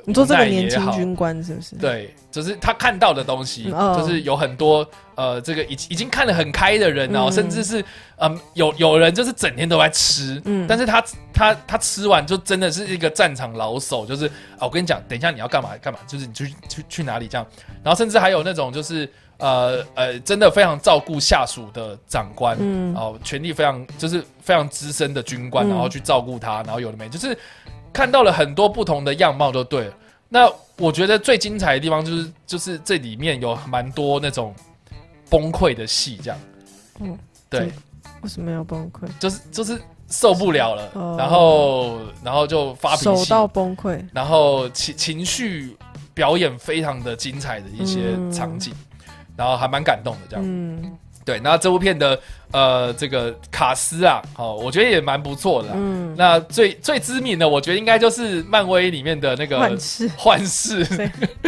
[SPEAKER 2] 你说这个
[SPEAKER 1] 无奈
[SPEAKER 2] 年
[SPEAKER 1] 也
[SPEAKER 2] 轻
[SPEAKER 1] 好
[SPEAKER 2] 军官是不是？，
[SPEAKER 1] 对，就是他看到的东西，
[SPEAKER 2] 嗯哦
[SPEAKER 1] 就是有很多呃，这个已已经看得很开的人哦，
[SPEAKER 2] 嗯
[SPEAKER 1] 甚至是嗯，有有人就是整天都在吃，
[SPEAKER 2] 嗯
[SPEAKER 1] 但是他他他吃完就真的是一个战场老手，就是啊，我跟你讲，等一下你要干嘛干嘛，就是你去去去哪里这样，然后甚至还有那种就是呃呃，真的非常照顾下属的长官，
[SPEAKER 2] 嗯
[SPEAKER 1] 哦，权力非常就是非常资深的军官，
[SPEAKER 2] 嗯
[SPEAKER 1] 然后去照顾他，然后有的没，就是看到了很多不同的样貌，就对了。那我觉得最精彩的地方就是就是这里面有蛮多那种崩溃的戏，这样，
[SPEAKER 2] 嗯，
[SPEAKER 1] 对
[SPEAKER 2] 对，为什么要崩溃？
[SPEAKER 1] 就是就是受不了了，
[SPEAKER 2] 哦
[SPEAKER 1] 然后然后就发脾
[SPEAKER 2] 手
[SPEAKER 1] 气，
[SPEAKER 2] 到崩溃，
[SPEAKER 1] 然后情情绪表演非常的精彩的一些场景，然后还蛮感动的这样。
[SPEAKER 2] 嗯
[SPEAKER 1] 对，那这部片的呃这个卡斯啊，哦，我觉得也蛮不错的啦、
[SPEAKER 2] 嗯，
[SPEAKER 1] 那最最知名的，我觉得应该就是漫威里面的那个
[SPEAKER 2] 乱吃，
[SPEAKER 1] 幻视
[SPEAKER 2] 对，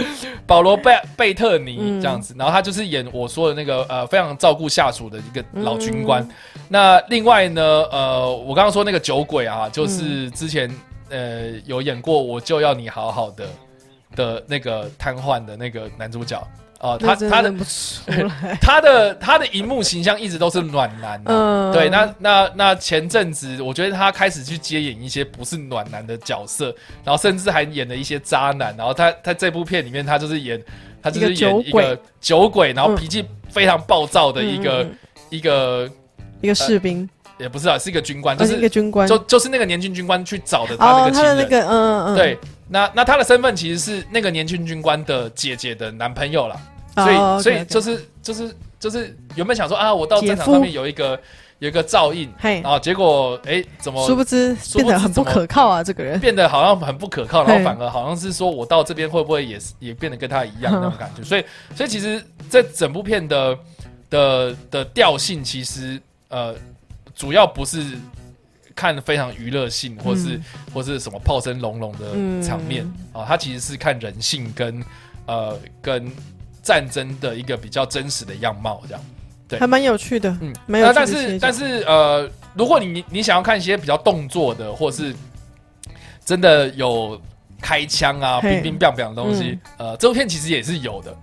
[SPEAKER 1] 保罗贝贝特尼
[SPEAKER 2] 嗯
[SPEAKER 1] 这样子，然后他就是演我说的那个呃非常照顾下属的一个
[SPEAKER 2] 嗯
[SPEAKER 1] 老军官。那另外呢，呃，我刚刚说那个酒鬼啊，
[SPEAKER 2] 嗯
[SPEAKER 1] 就是之前、呃有演过《我就要你好好的》的那个瘫痪的那个男主角哦、
[SPEAKER 2] 那
[SPEAKER 1] 他
[SPEAKER 2] 真
[SPEAKER 1] 他的
[SPEAKER 2] 认不出 来，
[SPEAKER 1] 他的他的荧幕形象一直都是暖男、啊，
[SPEAKER 2] 嗯，
[SPEAKER 1] 对，那那那前阵子，我觉得他开始去接演一些不是暖男的角色，然后甚至还演了一些渣男。然后他他这部片里面，他就是演他就是演一
[SPEAKER 2] 一个酒鬼
[SPEAKER 1] 个酒鬼，然后
[SPEAKER 2] 嗯
[SPEAKER 1] 脾气非常暴躁的一个、
[SPEAKER 2] 嗯嗯嗯
[SPEAKER 1] 一个，
[SPEAKER 2] 一个士兵，
[SPEAKER 1] 也不是啊，是一个军官，就
[SPEAKER 2] 而哦且一
[SPEAKER 1] 是
[SPEAKER 2] 个军官，
[SPEAKER 1] 就就是那个年轻军官去找的他那
[SPEAKER 2] 哦，
[SPEAKER 1] 个
[SPEAKER 2] 他
[SPEAKER 1] 情
[SPEAKER 2] 的
[SPEAKER 1] 人。
[SPEAKER 2] 那个，嗯嗯，
[SPEAKER 1] 对，那那他的身份其实是那个年轻军官的姐姐的男朋友啦，
[SPEAKER 2] 哦
[SPEAKER 1] 所以、
[SPEAKER 2] OK，OK
[SPEAKER 1] 所以就是就是就是原本想说啊，我到战
[SPEAKER 2] 姐
[SPEAKER 1] 场
[SPEAKER 2] 夫
[SPEAKER 1] 上面有一个有一个照应，
[SPEAKER 2] 嘿
[SPEAKER 1] 然，后结果哎、怎么
[SPEAKER 2] 殊不知
[SPEAKER 1] 殊不知
[SPEAKER 2] 变得很不可靠啊，这个人，
[SPEAKER 1] 变得好像很不可靠，
[SPEAKER 2] 嘿
[SPEAKER 1] 然后反而好像是说我到这边会不会也是也变得跟他 一样那
[SPEAKER 2] 嗯
[SPEAKER 1] 种感觉，所以所以其实这整部片的的的调性其实呃主要不是看非常娱乐性或是、
[SPEAKER 2] 嗯
[SPEAKER 1] 或是什么炮声隆隆的场面啊、它其实是看人性跟呃跟战争的一个比较真实的样貌这样。对
[SPEAKER 2] 还蛮有趣的，
[SPEAKER 1] 嗯，
[SPEAKER 2] 蛮有趣的
[SPEAKER 1] 但
[SPEAKER 2] 切
[SPEAKER 1] 是
[SPEAKER 2] 角
[SPEAKER 1] 但是呃，如果你你你想要看一些比较动作的，或是真的有开枪啊、
[SPEAKER 2] 嘿
[SPEAKER 1] 冰
[SPEAKER 2] 嗯
[SPEAKER 1] 冰棒棒的东西，呃，这部片其实也是有的，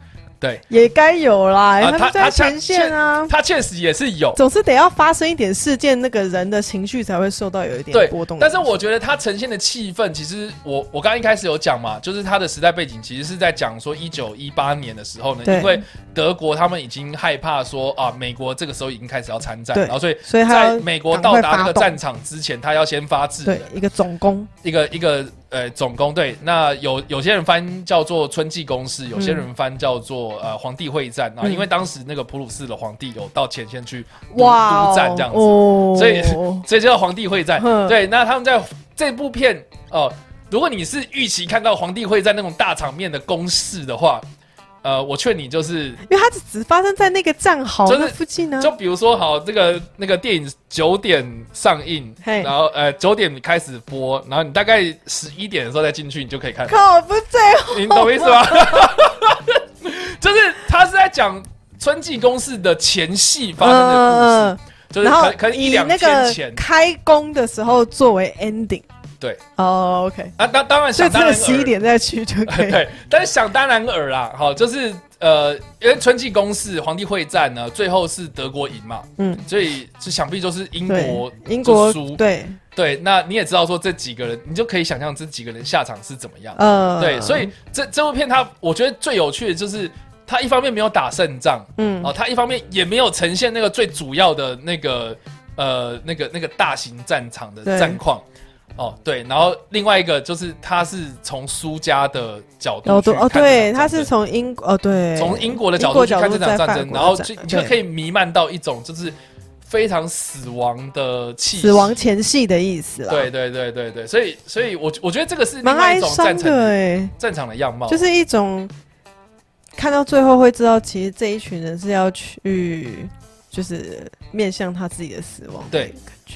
[SPEAKER 2] 也该有啦，
[SPEAKER 1] 啊
[SPEAKER 2] 他
[SPEAKER 1] 他
[SPEAKER 2] 们在
[SPEAKER 1] 他
[SPEAKER 2] 前线啊，
[SPEAKER 1] 它确实也是有。
[SPEAKER 2] 总是得要发生一点事件，那个人的情绪才会受到有一
[SPEAKER 1] 对
[SPEAKER 2] 点波动。
[SPEAKER 1] 但是我觉得它呈现的气氛，其实我我刚刚一开始有讲嘛，就是它的时代背景其实是在讲说一九一八年的时候呢，
[SPEAKER 2] 对
[SPEAKER 1] 因为德国他们已经害怕说啊，美国这个时候已经开始要参战，
[SPEAKER 2] 对
[SPEAKER 1] 然后所以
[SPEAKER 2] 所以他
[SPEAKER 1] 在
[SPEAKER 2] 要
[SPEAKER 1] 美国
[SPEAKER 2] 赶
[SPEAKER 1] 到
[SPEAKER 2] 快
[SPEAKER 1] 达那
[SPEAKER 2] 发
[SPEAKER 1] 个
[SPEAKER 2] 动
[SPEAKER 1] 战场之前，他要先发制人
[SPEAKER 2] 对。一个总攻，
[SPEAKER 1] 一个一个呃总攻对，那有有些人翻叫做春季攻势，有些人翻叫做、呃皇帝会战啊，
[SPEAKER 2] 嗯
[SPEAKER 1] 因为当时那个普鲁士的皇帝有到前线去督
[SPEAKER 2] 哇
[SPEAKER 1] 督
[SPEAKER 2] 哦，嗯
[SPEAKER 1] 战这样子，
[SPEAKER 2] 哦，
[SPEAKER 1] 所以所以叫皇帝会战。
[SPEAKER 2] 哼
[SPEAKER 1] 对，那他们在这部片哦、如果你是预期看到皇帝会战那种大场面的攻势的话，呃，我劝你就是
[SPEAKER 2] 因为它只只发生在那个战壕
[SPEAKER 1] 就是
[SPEAKER 2] 那附近啊呢，
[SPEAKER 1] 就比如说，好，这个那个电影九点上映，
[SPEAKER 2] 嘿
[SPEAKER 1] 然后呃九点开始播，然后你大概十一点的时候再进去，你就可以看。
[SPEAKER 2] 靠，不是最后
[SPEAKER 1] 你懂我意思吗？ 就是他是在讲春季攻势的前戏发生的故事，
[SPEAKER 2] 嗯
[SPEAKER 1] 就是
[SPEAKER 2] 然后
[SPEAKER 1] 可可能一
[SPEAKER 2] 以
[SPEAKER 1] 两
[SPEAKER 2] 那
[SPEAKER 1] 天
[SPEAKER 2] 个
[SPEAKER 1] 前
[SPEAKER 2] 开工的时候作为 ending，
[SPEAKER 1] 对
[SPEAKER 2] 哦，OK，
[SPEAKER 1] 啊，当当然
[SPEAKER 2] 所以
[SPEAKER 1] 想当
[SPEAKER 2] 真的
[SPEAKER 1] 然
[SPEAKER 2] 十一
[SPEAKER 1] 尔，
[SPEAKER 2] 点再去就可以。
[SPEAKER 1] 对，但是想当然尔啦，好，就是呃，因为春季攻势皇帝会战呢，最后是德国赢嘛，
[SPEAKER 2] 嗯，
[SPEAKER 1] 所以就想必就是英
[SPEAKER 2] 对
[SPEAKER 1] 国，
[SPEAKER 2] 英国
[SPEAKER 1] 就输
[SPEAKER 2] 对，
[SPEAKER 1] 对，那你也知道说这几个人，你就可以想象这几个人下场是怎么样。
[SPEAKER 2] 呃，
[SPEAKER 1] 对，所以这这部片它，我觉得最有趣的就是它一方面没有打胜仗，
[SPEAKER 2] 嗯
[SPEAKER 1] 哦，，他一方面也没有呈现那个最主要的那个呃那个那个大型战场的
[SPEAKER 2] 对
[SPEAKER 1] 战况。哦，对，然后另外一个就是他是从苏家的角度
[SPEAKER 2] 哦
[SPEAKER 1] 去
[SPEAKER 2] 对
[SPEAKER 1] 看这
[SPEAKER 2] 哦
[SPEAKER 1] 场
[SPEAKER 2] 对，
[SPEAKER 1] 战
[SPEAKER 2] 他是
[SPEAKER 1] 争
[SPEAKER 2] 从英国哦对，
[SPEAKER 1] 从英国的角
[SPEAKER 2] 英
[SPEAKER 1] 度
[SPEAKER 2] 国
[SPEAKER 1] 去
[SPEAKER 2] 角
[SPEAKER 1] 看
[SPEAKER 2] 度
[SPEAKER 1] 这场
[SPEAKER 2] 在
[SPEAKER 1] 战
[SPEAKER 2] 法
[SPEAKER 1] 争，
[SPEAKER 2] 国
[SPEAKER 1] 然后
[SPEAKER 2] 的
[SPEAKER 1] 就
[SPEAKER 2] 战
[SPEAKER 1] 就
[SPEAKER 2] 对
[SPEAKER 1] 可以弥漫到一种就是非常死亡的气息，
[SPEAKER 2] 死亡前戏的意思啦，
[SPEAKER 1] 对，对对对对，所以所以我我觉得这个是另
[SPEAKER 2] 蛮
[SPEAKER 1] 外一
[SPEAKER 2] 哀
[SPEAKER 1] 种战
[SPEAKER 2] 伤
[SPEAKER 1] 场
[SPEAKER 2] 的
[SPEAKER 1] 的哦
[SPEAKER 2] 哎，
[SPEAKER 1] 战场的样貌，
[SPEAKER 2] 就是一种看到最后会知道，其实这一群人是要去就是面向他自己的死亡，
[SPEAKER 1] 对，
[SPEAKER 2] 感觉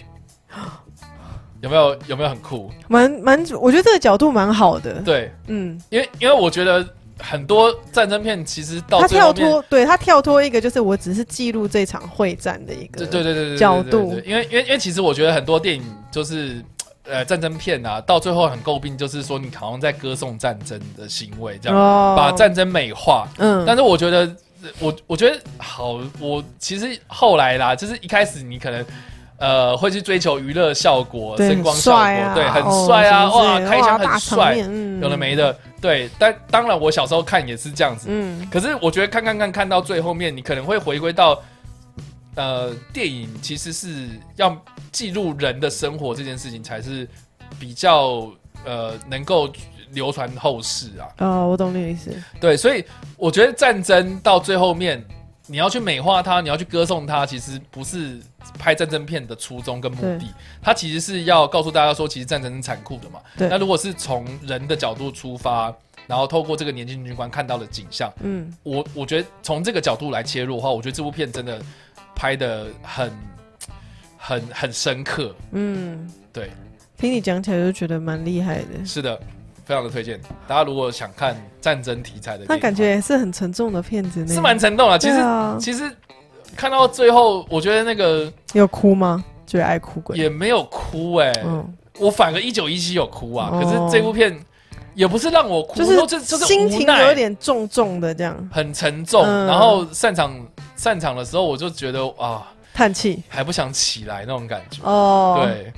[SPEAKER 1] 有没有有没有很酷？
[SPEAKER 2] 蛮蛮，我觉得这个角度蛮好的，
[SPEAKER 1] 对，
[SPEAKER 2] 嗯，
[SPEAKER 1] 因为因为我觉得很多战争片其实到
[SPEAKER 2] 他
[SPEAKER 1] 最后
[SPEAKER 2] 跳
[SPEAKER 1] 面
[SPEAKER 2] 脱，对他跳脱一个就是我只是记录这场会战的一个，
[SPEAKER 1] 对对对对对对
[SPEAKER 2] 角
[SPEAKER 1] 对对
[SPEAKER 2] 度
[SPEAKER 1] 对因为因为因为其实我觉得很多电影就是呃战争片啊，到最后很诟病，就是说你好像在歌颂战争的行为，这样、
[SPEAKER 2] 哦
[SPEAKER 1] 把战争美化。
[SPEAKER 2] 嗯，
[SPEAKER 1] 但是我觉得，我我觉得好，我其实后来啦，就是一开始你可能。呃，会去追求娱乐效果、
[SPEAKER 2] 对
[SPEAKER 1] 声光效果，
[SPEAKER 2] 很帅啊
[SPEAKER 1] 对，很
[SPEAKER 2] 哦
[SPEAKER 1] 帅啊，
[SPEAKER 2] 什么之
[SPEAKER 1] 哇，
[SPEAKER 2] 类的
[SPEAKER 1] 开枪
[SPEAKER 2] 哇
[SPEAKER 1] 很
[SPEAKER 2] 大场
[SPEAKER 1] 帅，
[SPEAKER 2] 面嗯
[SPEAKER 1] 有的没的，对。但当然，我小时候看也是这样子，
[SPEAKER 2] 嗯，
[SPEAKER 1] 可是我觉得看看看看到最后面，你可能会回归到，呃，电影其实是要记录人的生活这件事情才是比较呃能够流传后世啊。
[SPEAKER 2] 哦，我懂你的意思。
[SPEAKER 1] 对，所以我觉得战争到最后面，你要去美化它，你要去歌颂它，其实不是拍战争片的初衷跟目的
[SPEAKER 2] 对，
[SPEAKER 1] 它其实是要告诉大家说，其实战争是残酷的嘛。
[SPEAKER 2] 对
[SPEAKER 1] 那如果是从人的角度出发，然后透过这个年轻军官看到的景象。
[SPEAKER 2] 嗯，
[SPEAKER 1] 我我觉得从这个角度来切入的话，我觉得这部片真的拍的很、很、很深刻。
[SPEAKER 2] 嗯，
[SPEAKER 1] 对，
[SPEAKER 2] 听你讲起来就觉得蛮厉害的。
[SPEAKER 1] 是的，非常的推荐大家。如果想看战争题材的电影的话，
[SPEAKER 2] 那感觉也是很沉重的片子呢。
[SPEAKER 1] 哦是蛮沉重的。其
[SPEAKER 2] 对
[SPEAKER 1] 实、
[SPEAKER 2] 啊，
[SPEAKER 1] 其实看到最后，我觉得那个
[SPEAKER 2] 有哭吗？最爱哭鬼。
[SPEAKER 1] 也没有哭哎、
[SPEAKER 2] 嗯，
[SPEAKER 1] 我反而一九一七有哭啊。
[SPEAKER 2] 哦
[SPEAKER 1] 可是这部片也不是让我哭，
[SPEAKER 2] 就
[SPEAKER 1] 然后
[SPEAKER 2] 是
[SPEAKER 1] 这就是
[SPEAKER 2] 心
[SPEAKER 1] 无
[SPEAKER 2] 情
[SPEAKER 1] 奈
[SPEAKER 2] 有点重重的这样，
[SPEAKER 1] 很沉重。
[SPEAKER 2] 嗯
[SPEAKER 1] 然后散场散场的时候，我就觉得啊，
[SPEAKER 2] 叹气。
[SPEAKER 1] 还不想起来那种感觉。
[SPEAKER 2] 哦，，
[SPEAKER 1] 对，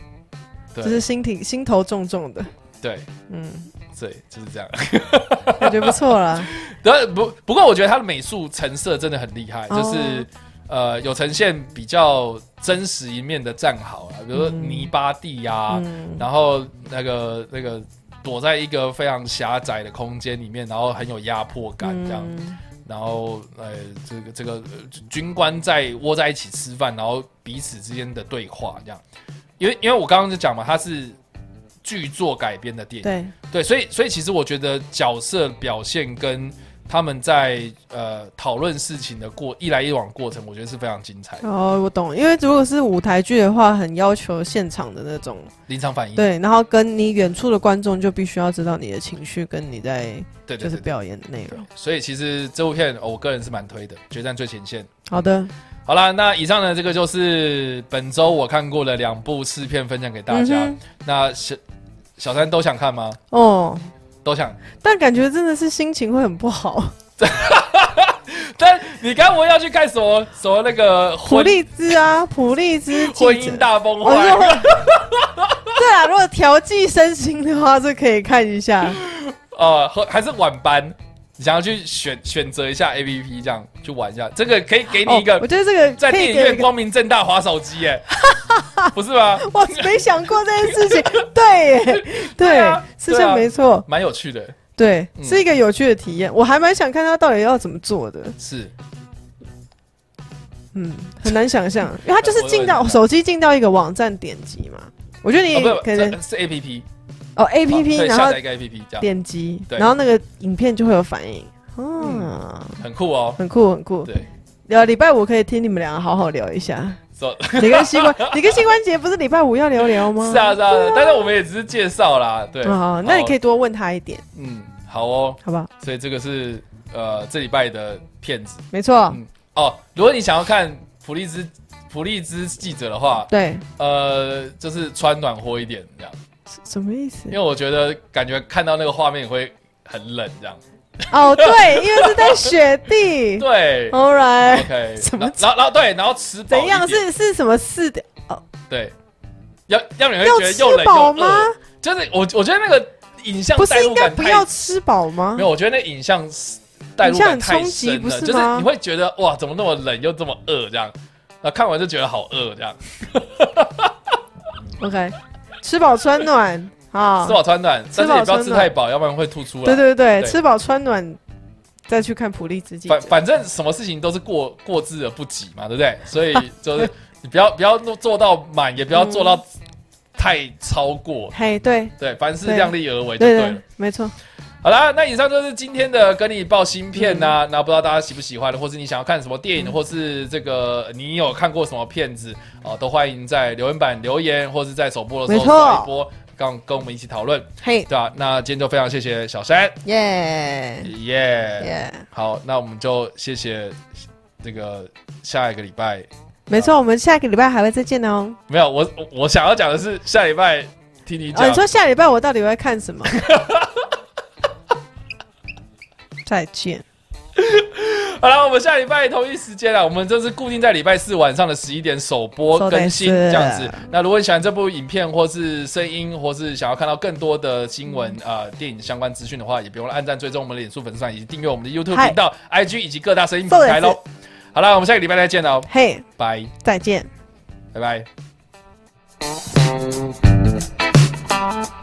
[SPEAKER 1] 对，
[SPEAKER 2] 就是心挺心头重重的。
[SPEAKER 1] 对，
[SPEAKER 2] 嗯，
[SPEAKER 1] 对，就是这样。
[SPEAKER 2] 感觉不错啦。
[SPEAKER 1] 然后不不过，我觉得他的美术成色真的很厉害，
[SPEAKER 2] 哦
[SPEAKER 1] 就是呃有呈现比较真实一面的战壕啊，比如说泥巴地呀、
[SPEAKER 2] 嗯，
[SPEAKER 1] 然后那个那个躲在一个非常狭窄的空间里面，然后很有压迫感这样。
[SPEAKER 2] 嗯
[SPEAKER 1] 然后呃这个这个呃军官在窝在一起吃饭，然后彼此之间的对话这样。因为因为我刚刚就讲嘛，它是剧作改编的电影。
[SPEAKER 2] 对，
[SPEAKER 1] 对，所以所以其实我觉得角色表现跟他们在呃讨论事情的过一来一往过程，我觉得是非常精彩的，
[SPEAKER 2] 哦，我懂，因为如果是舞台剧的话，很要求现场的那种，
[SPEAKER 1] 临场反应。
[SPEAKER 2] 对，然后跟你远处的观众就必须要知道你的情绪跟你在
[SPEAKER 1] 对
[SPEAKER 2] 就
[SPEAKER 1] 对
[SPEAKER 2] 是
[SPEAKER 1] 对对。
[SPEAKER 2] 表演的内容。
[SPEAKER 1] 所以其实这部片、哦我个人是蛮推的，《决战最前线》。
[SPEAKER 2] 好的，
[SPEAKER 1] 好啦，那以上呢，这个就是本周我看过的两部试片，分享给大家。
[SPEAKER 2] 嗯
[SPEAKER 1] 那小小三都想看吗？
[SPEAKER 2] 哼哦，
[SPEAKER 1] 都想。
[SPEAKER 2] 但感觉真的是心情会很不好。
[SPEAKER 1] 但你刚我要去看什么什么那个
[SPEAKER 2] 普
[SPEAKER 1] 婚
[SPEAKER 2] 利兹啊，普利兹记者哦
[SPEAKER 1] 婚姻大崩
[SPEAKER 2] 我
[SPEAKER 1] 坏
[SPEAKER 2] 说，对啊，如果调剂身心的话，这可以看一下。
[SPEAKER 1] 呃，和还是晚班，你想要去选选择一下 A P P 这样去玩一下，这个可以给你一个、
[SPEAKER 2] 哦我觉得这个
[SPEAKER 1] 在
[SPEAKER 2] 可以
[SPEAKER 1] 电影
[SPEAKER 2] 给
[SPEAKER 1] 院
[SPEAKER 2] 一个，
[SPEAKER 1] 光明正大划手机， 哎，不是吗？
[SPEAKER 2] 我没想过这件事情。对耶，
[SPEAKER 1] 对啊
[SPEAKER 2] 对，是这
[SPEAKER 1] 对啊
[SPEAKER 2] 样没错，
[SPEAKER 1] 蛮有趣的，
[SPEAKER 2] 对，
[SPEAKER 1] 嗯
[SPEAKER 2] 是一个有趣的体验。我还蛮想看他到底要怎么做的，
[SPEAKER 1] 是
[SPEAKER 2] 嗯，很难 想象，因为他就是进到
[SPEAKER 1] 我
[SPEAKER 2] 手机进到一个网站点击嘛。我觉得
[SPEAKER 1] 哦，
[SPEAKER 2] 你
[SPEAKER 1] 不是
[SPEAKER 2] 可能
[SPEAKER 1] 这是 A P P
[SPEAKER 2] 哦 A P P，
[SPEAKER 1] 对，
[SPEAKER 2] 然
[SPEAKER 1] 下
[SPEAKER 2] 后
[SPEAKER 1] 载一个 A P P 这样，
[SPEAKER 2] 点击，
[SPEAKER 1] 对
[SPEAKER 2] 然后那个影片就会有反应，啊，
[SPEAKER 1] 很酷哦。
[SPEAKER 2] 很酷很酷。
[SPEAKER 1] 对，
[SPEAKER 2] 聊呃礼拜五可以听你们两个好好聊 一下。
[SPEAKER 1] so,
[SPEAKER 2] 你跟膝关，你跟膝关节不是礼拜五要聊聊吗？
[SPEAKER 1] 是啊是啊，哦但是我们也只是介绍啦，对。
[SPEAKER 2] 啊，那你可
[SPEAKER 1] 以，
[SPEAKER 2] 以多问他一点，
[SPEAKER 1] 嗯，好哦。
[SPEAKER 2] 好不好？
[SPEAKER 1] 所以这个是呃这礼拜的片子
[SPEAKER 2] 没错
[SPEAKER 1] 嗯，哦。如果你想要看普利兹普利兹记者的话，
[SPEAKER 2] 对，
[SPEAKER 1] 呃，就是穿暖和一点这样，
[SPEAKER 2] 什什么意思
[SPEAKER 1] 因为？我觉得感觉看到那个画面会很冷这样。
[SPEAKER 2] 哦，对，因为是在雪地。
[SPEAKER 1] 对
[SPEAKER 2] All right，
[SPEAKER 1] ，OK，
[SPEAKER 2] 哦 什么
[SPEAKER 1] 然后然后然后对，然后吃饱一
[SPEAKER 2] 怎
[SPEAKER 1] 点
[SPEAKER 2] 样？是是什么四点？
[SPEAKER 1] 对，要要你会
[SPEAKER 2] 要
[SPEAKER 1] 觉得又
[SPEAKER 2] 吃
[SPEAKER 1] 冷又
[SPEAKER 2] 饱
[SPEAKER 1] 饿
[SPEAKER 2] 吗？
[SPEAKER 1] 就是我我觉得那个影像
[SPEAKER 2] 不是
[SPEAKER 1] 代入
[SPEAKER 2] 应该
[SPEAKER 1] 感
[SPEAKER 2] 不
[SPEAKER 1] 太
[SPEAKER 2] 要吃饱吗
[SPEAKER 1] 没？有，我觉得那个影像是代入
[SPEAKER 2] 影像
[SPEAKER 1] 感
[SPEAKER 2] 很
[SPEAKER 1] 太
[SPEAKER 2] 冲击
[SPEAKER 1] 深
[SPEAKER 2] 不
[SPEAKER 1] 了，
[SPEAKER 2] 是
[SPEAKER 1] 就是
[SPEAKER 2] 吗
[SPEAKER 1] 你会觉得哇，怎么那么冷又这么饿这样，那看完就觉得好饿这样，
[SPEAKER 2] OK，吃饱穿暖啊
[SPEAKER 1] 吃。饱穿暖，但是也不要吃
[SPEAKER 2] 穿暖
[SPEAKER 1] 太饱，要不然会吐出来。
[SPEAKER 2] 对对对，
[SPEAKER 1] 对
[SPEAKER 2] 吃饱穿暖，再去看普利兹记者
[SPEAKER 1] 反。反正什么事情都是过过之而不及嘛，对 不对？所以就是你不要不要做做到满，也不要做到太超过，
[SPEAKER 2] 嘿，对
[SPEAKER 1] 对，凡事
[SPEAKER 2] 对
[SPEAKER 1] 量力而为就
[SPEAKER 2] 对
[SPEAKER 1] 对了。
[SPEAKER 2] 对，没错。
[SPEAKER 1] 好啦，那以上就是今天的跟你报新片呐、
[SPEAKER 2] 嗯
[SPEAKER 1] 那、不知道大家喜不喜欢，或是你想要看什么电影，或是这个你有看过什么片子啊、都欢迎在留言板留言，或是在首播的时候
[SPEAKER 2] 没错
[SPEAKER 1] 刷一波，跟跟我们一起讨论，
[SPEAKER 2] 嘿，
[SPEAKER 1] 对吧、那今天就非常谢谢小山，
[SPEAKER 2] 耶
[SPEAKER 1] 耶、
[SPEAKER 2] 耶。
[SPEAKER 1] 好，那我们就谢谢这个下一个礼拜，
[SPEAKER 2] 没错，我们下个礼拜还会再见哦。
[SPEAKER 1] 没有我我想要讲的是下礼拜听你
[SPEAKER 2] 哦，
[SPEAKER 1] 讲
[SPEAKER 2] 你，说下礼拜我到底会看什么？再见。
[SPEAKER 1] 好了，我们下礼拜同一时间了，我们这是固定在礼拜四晚上的十一点首播
[SPEAKER 2] そうです
[SPEAKER 1] 更新这样子。那如果你喜欢这部影片，或是声音，或是想要看到更多的新闻啊、呃电影相关资讯的话，也别忘了按赞、追踪我们的脸书粉丝团，以及订阅我们的 YouTube
[SPEAKER 2] 嗨
[SPEAKER 1] 频道、IG 以及各大声音平台
[SPEAKER 2] そう
[SPEAKER 1] 喽。好了，我们下个礼拜再见喽，
[SPEAKER 2] 嘿，
[SPEAKER 1] 拜
[SPEAKER 2] 再见。
[SPEAKER 1] 拜拜。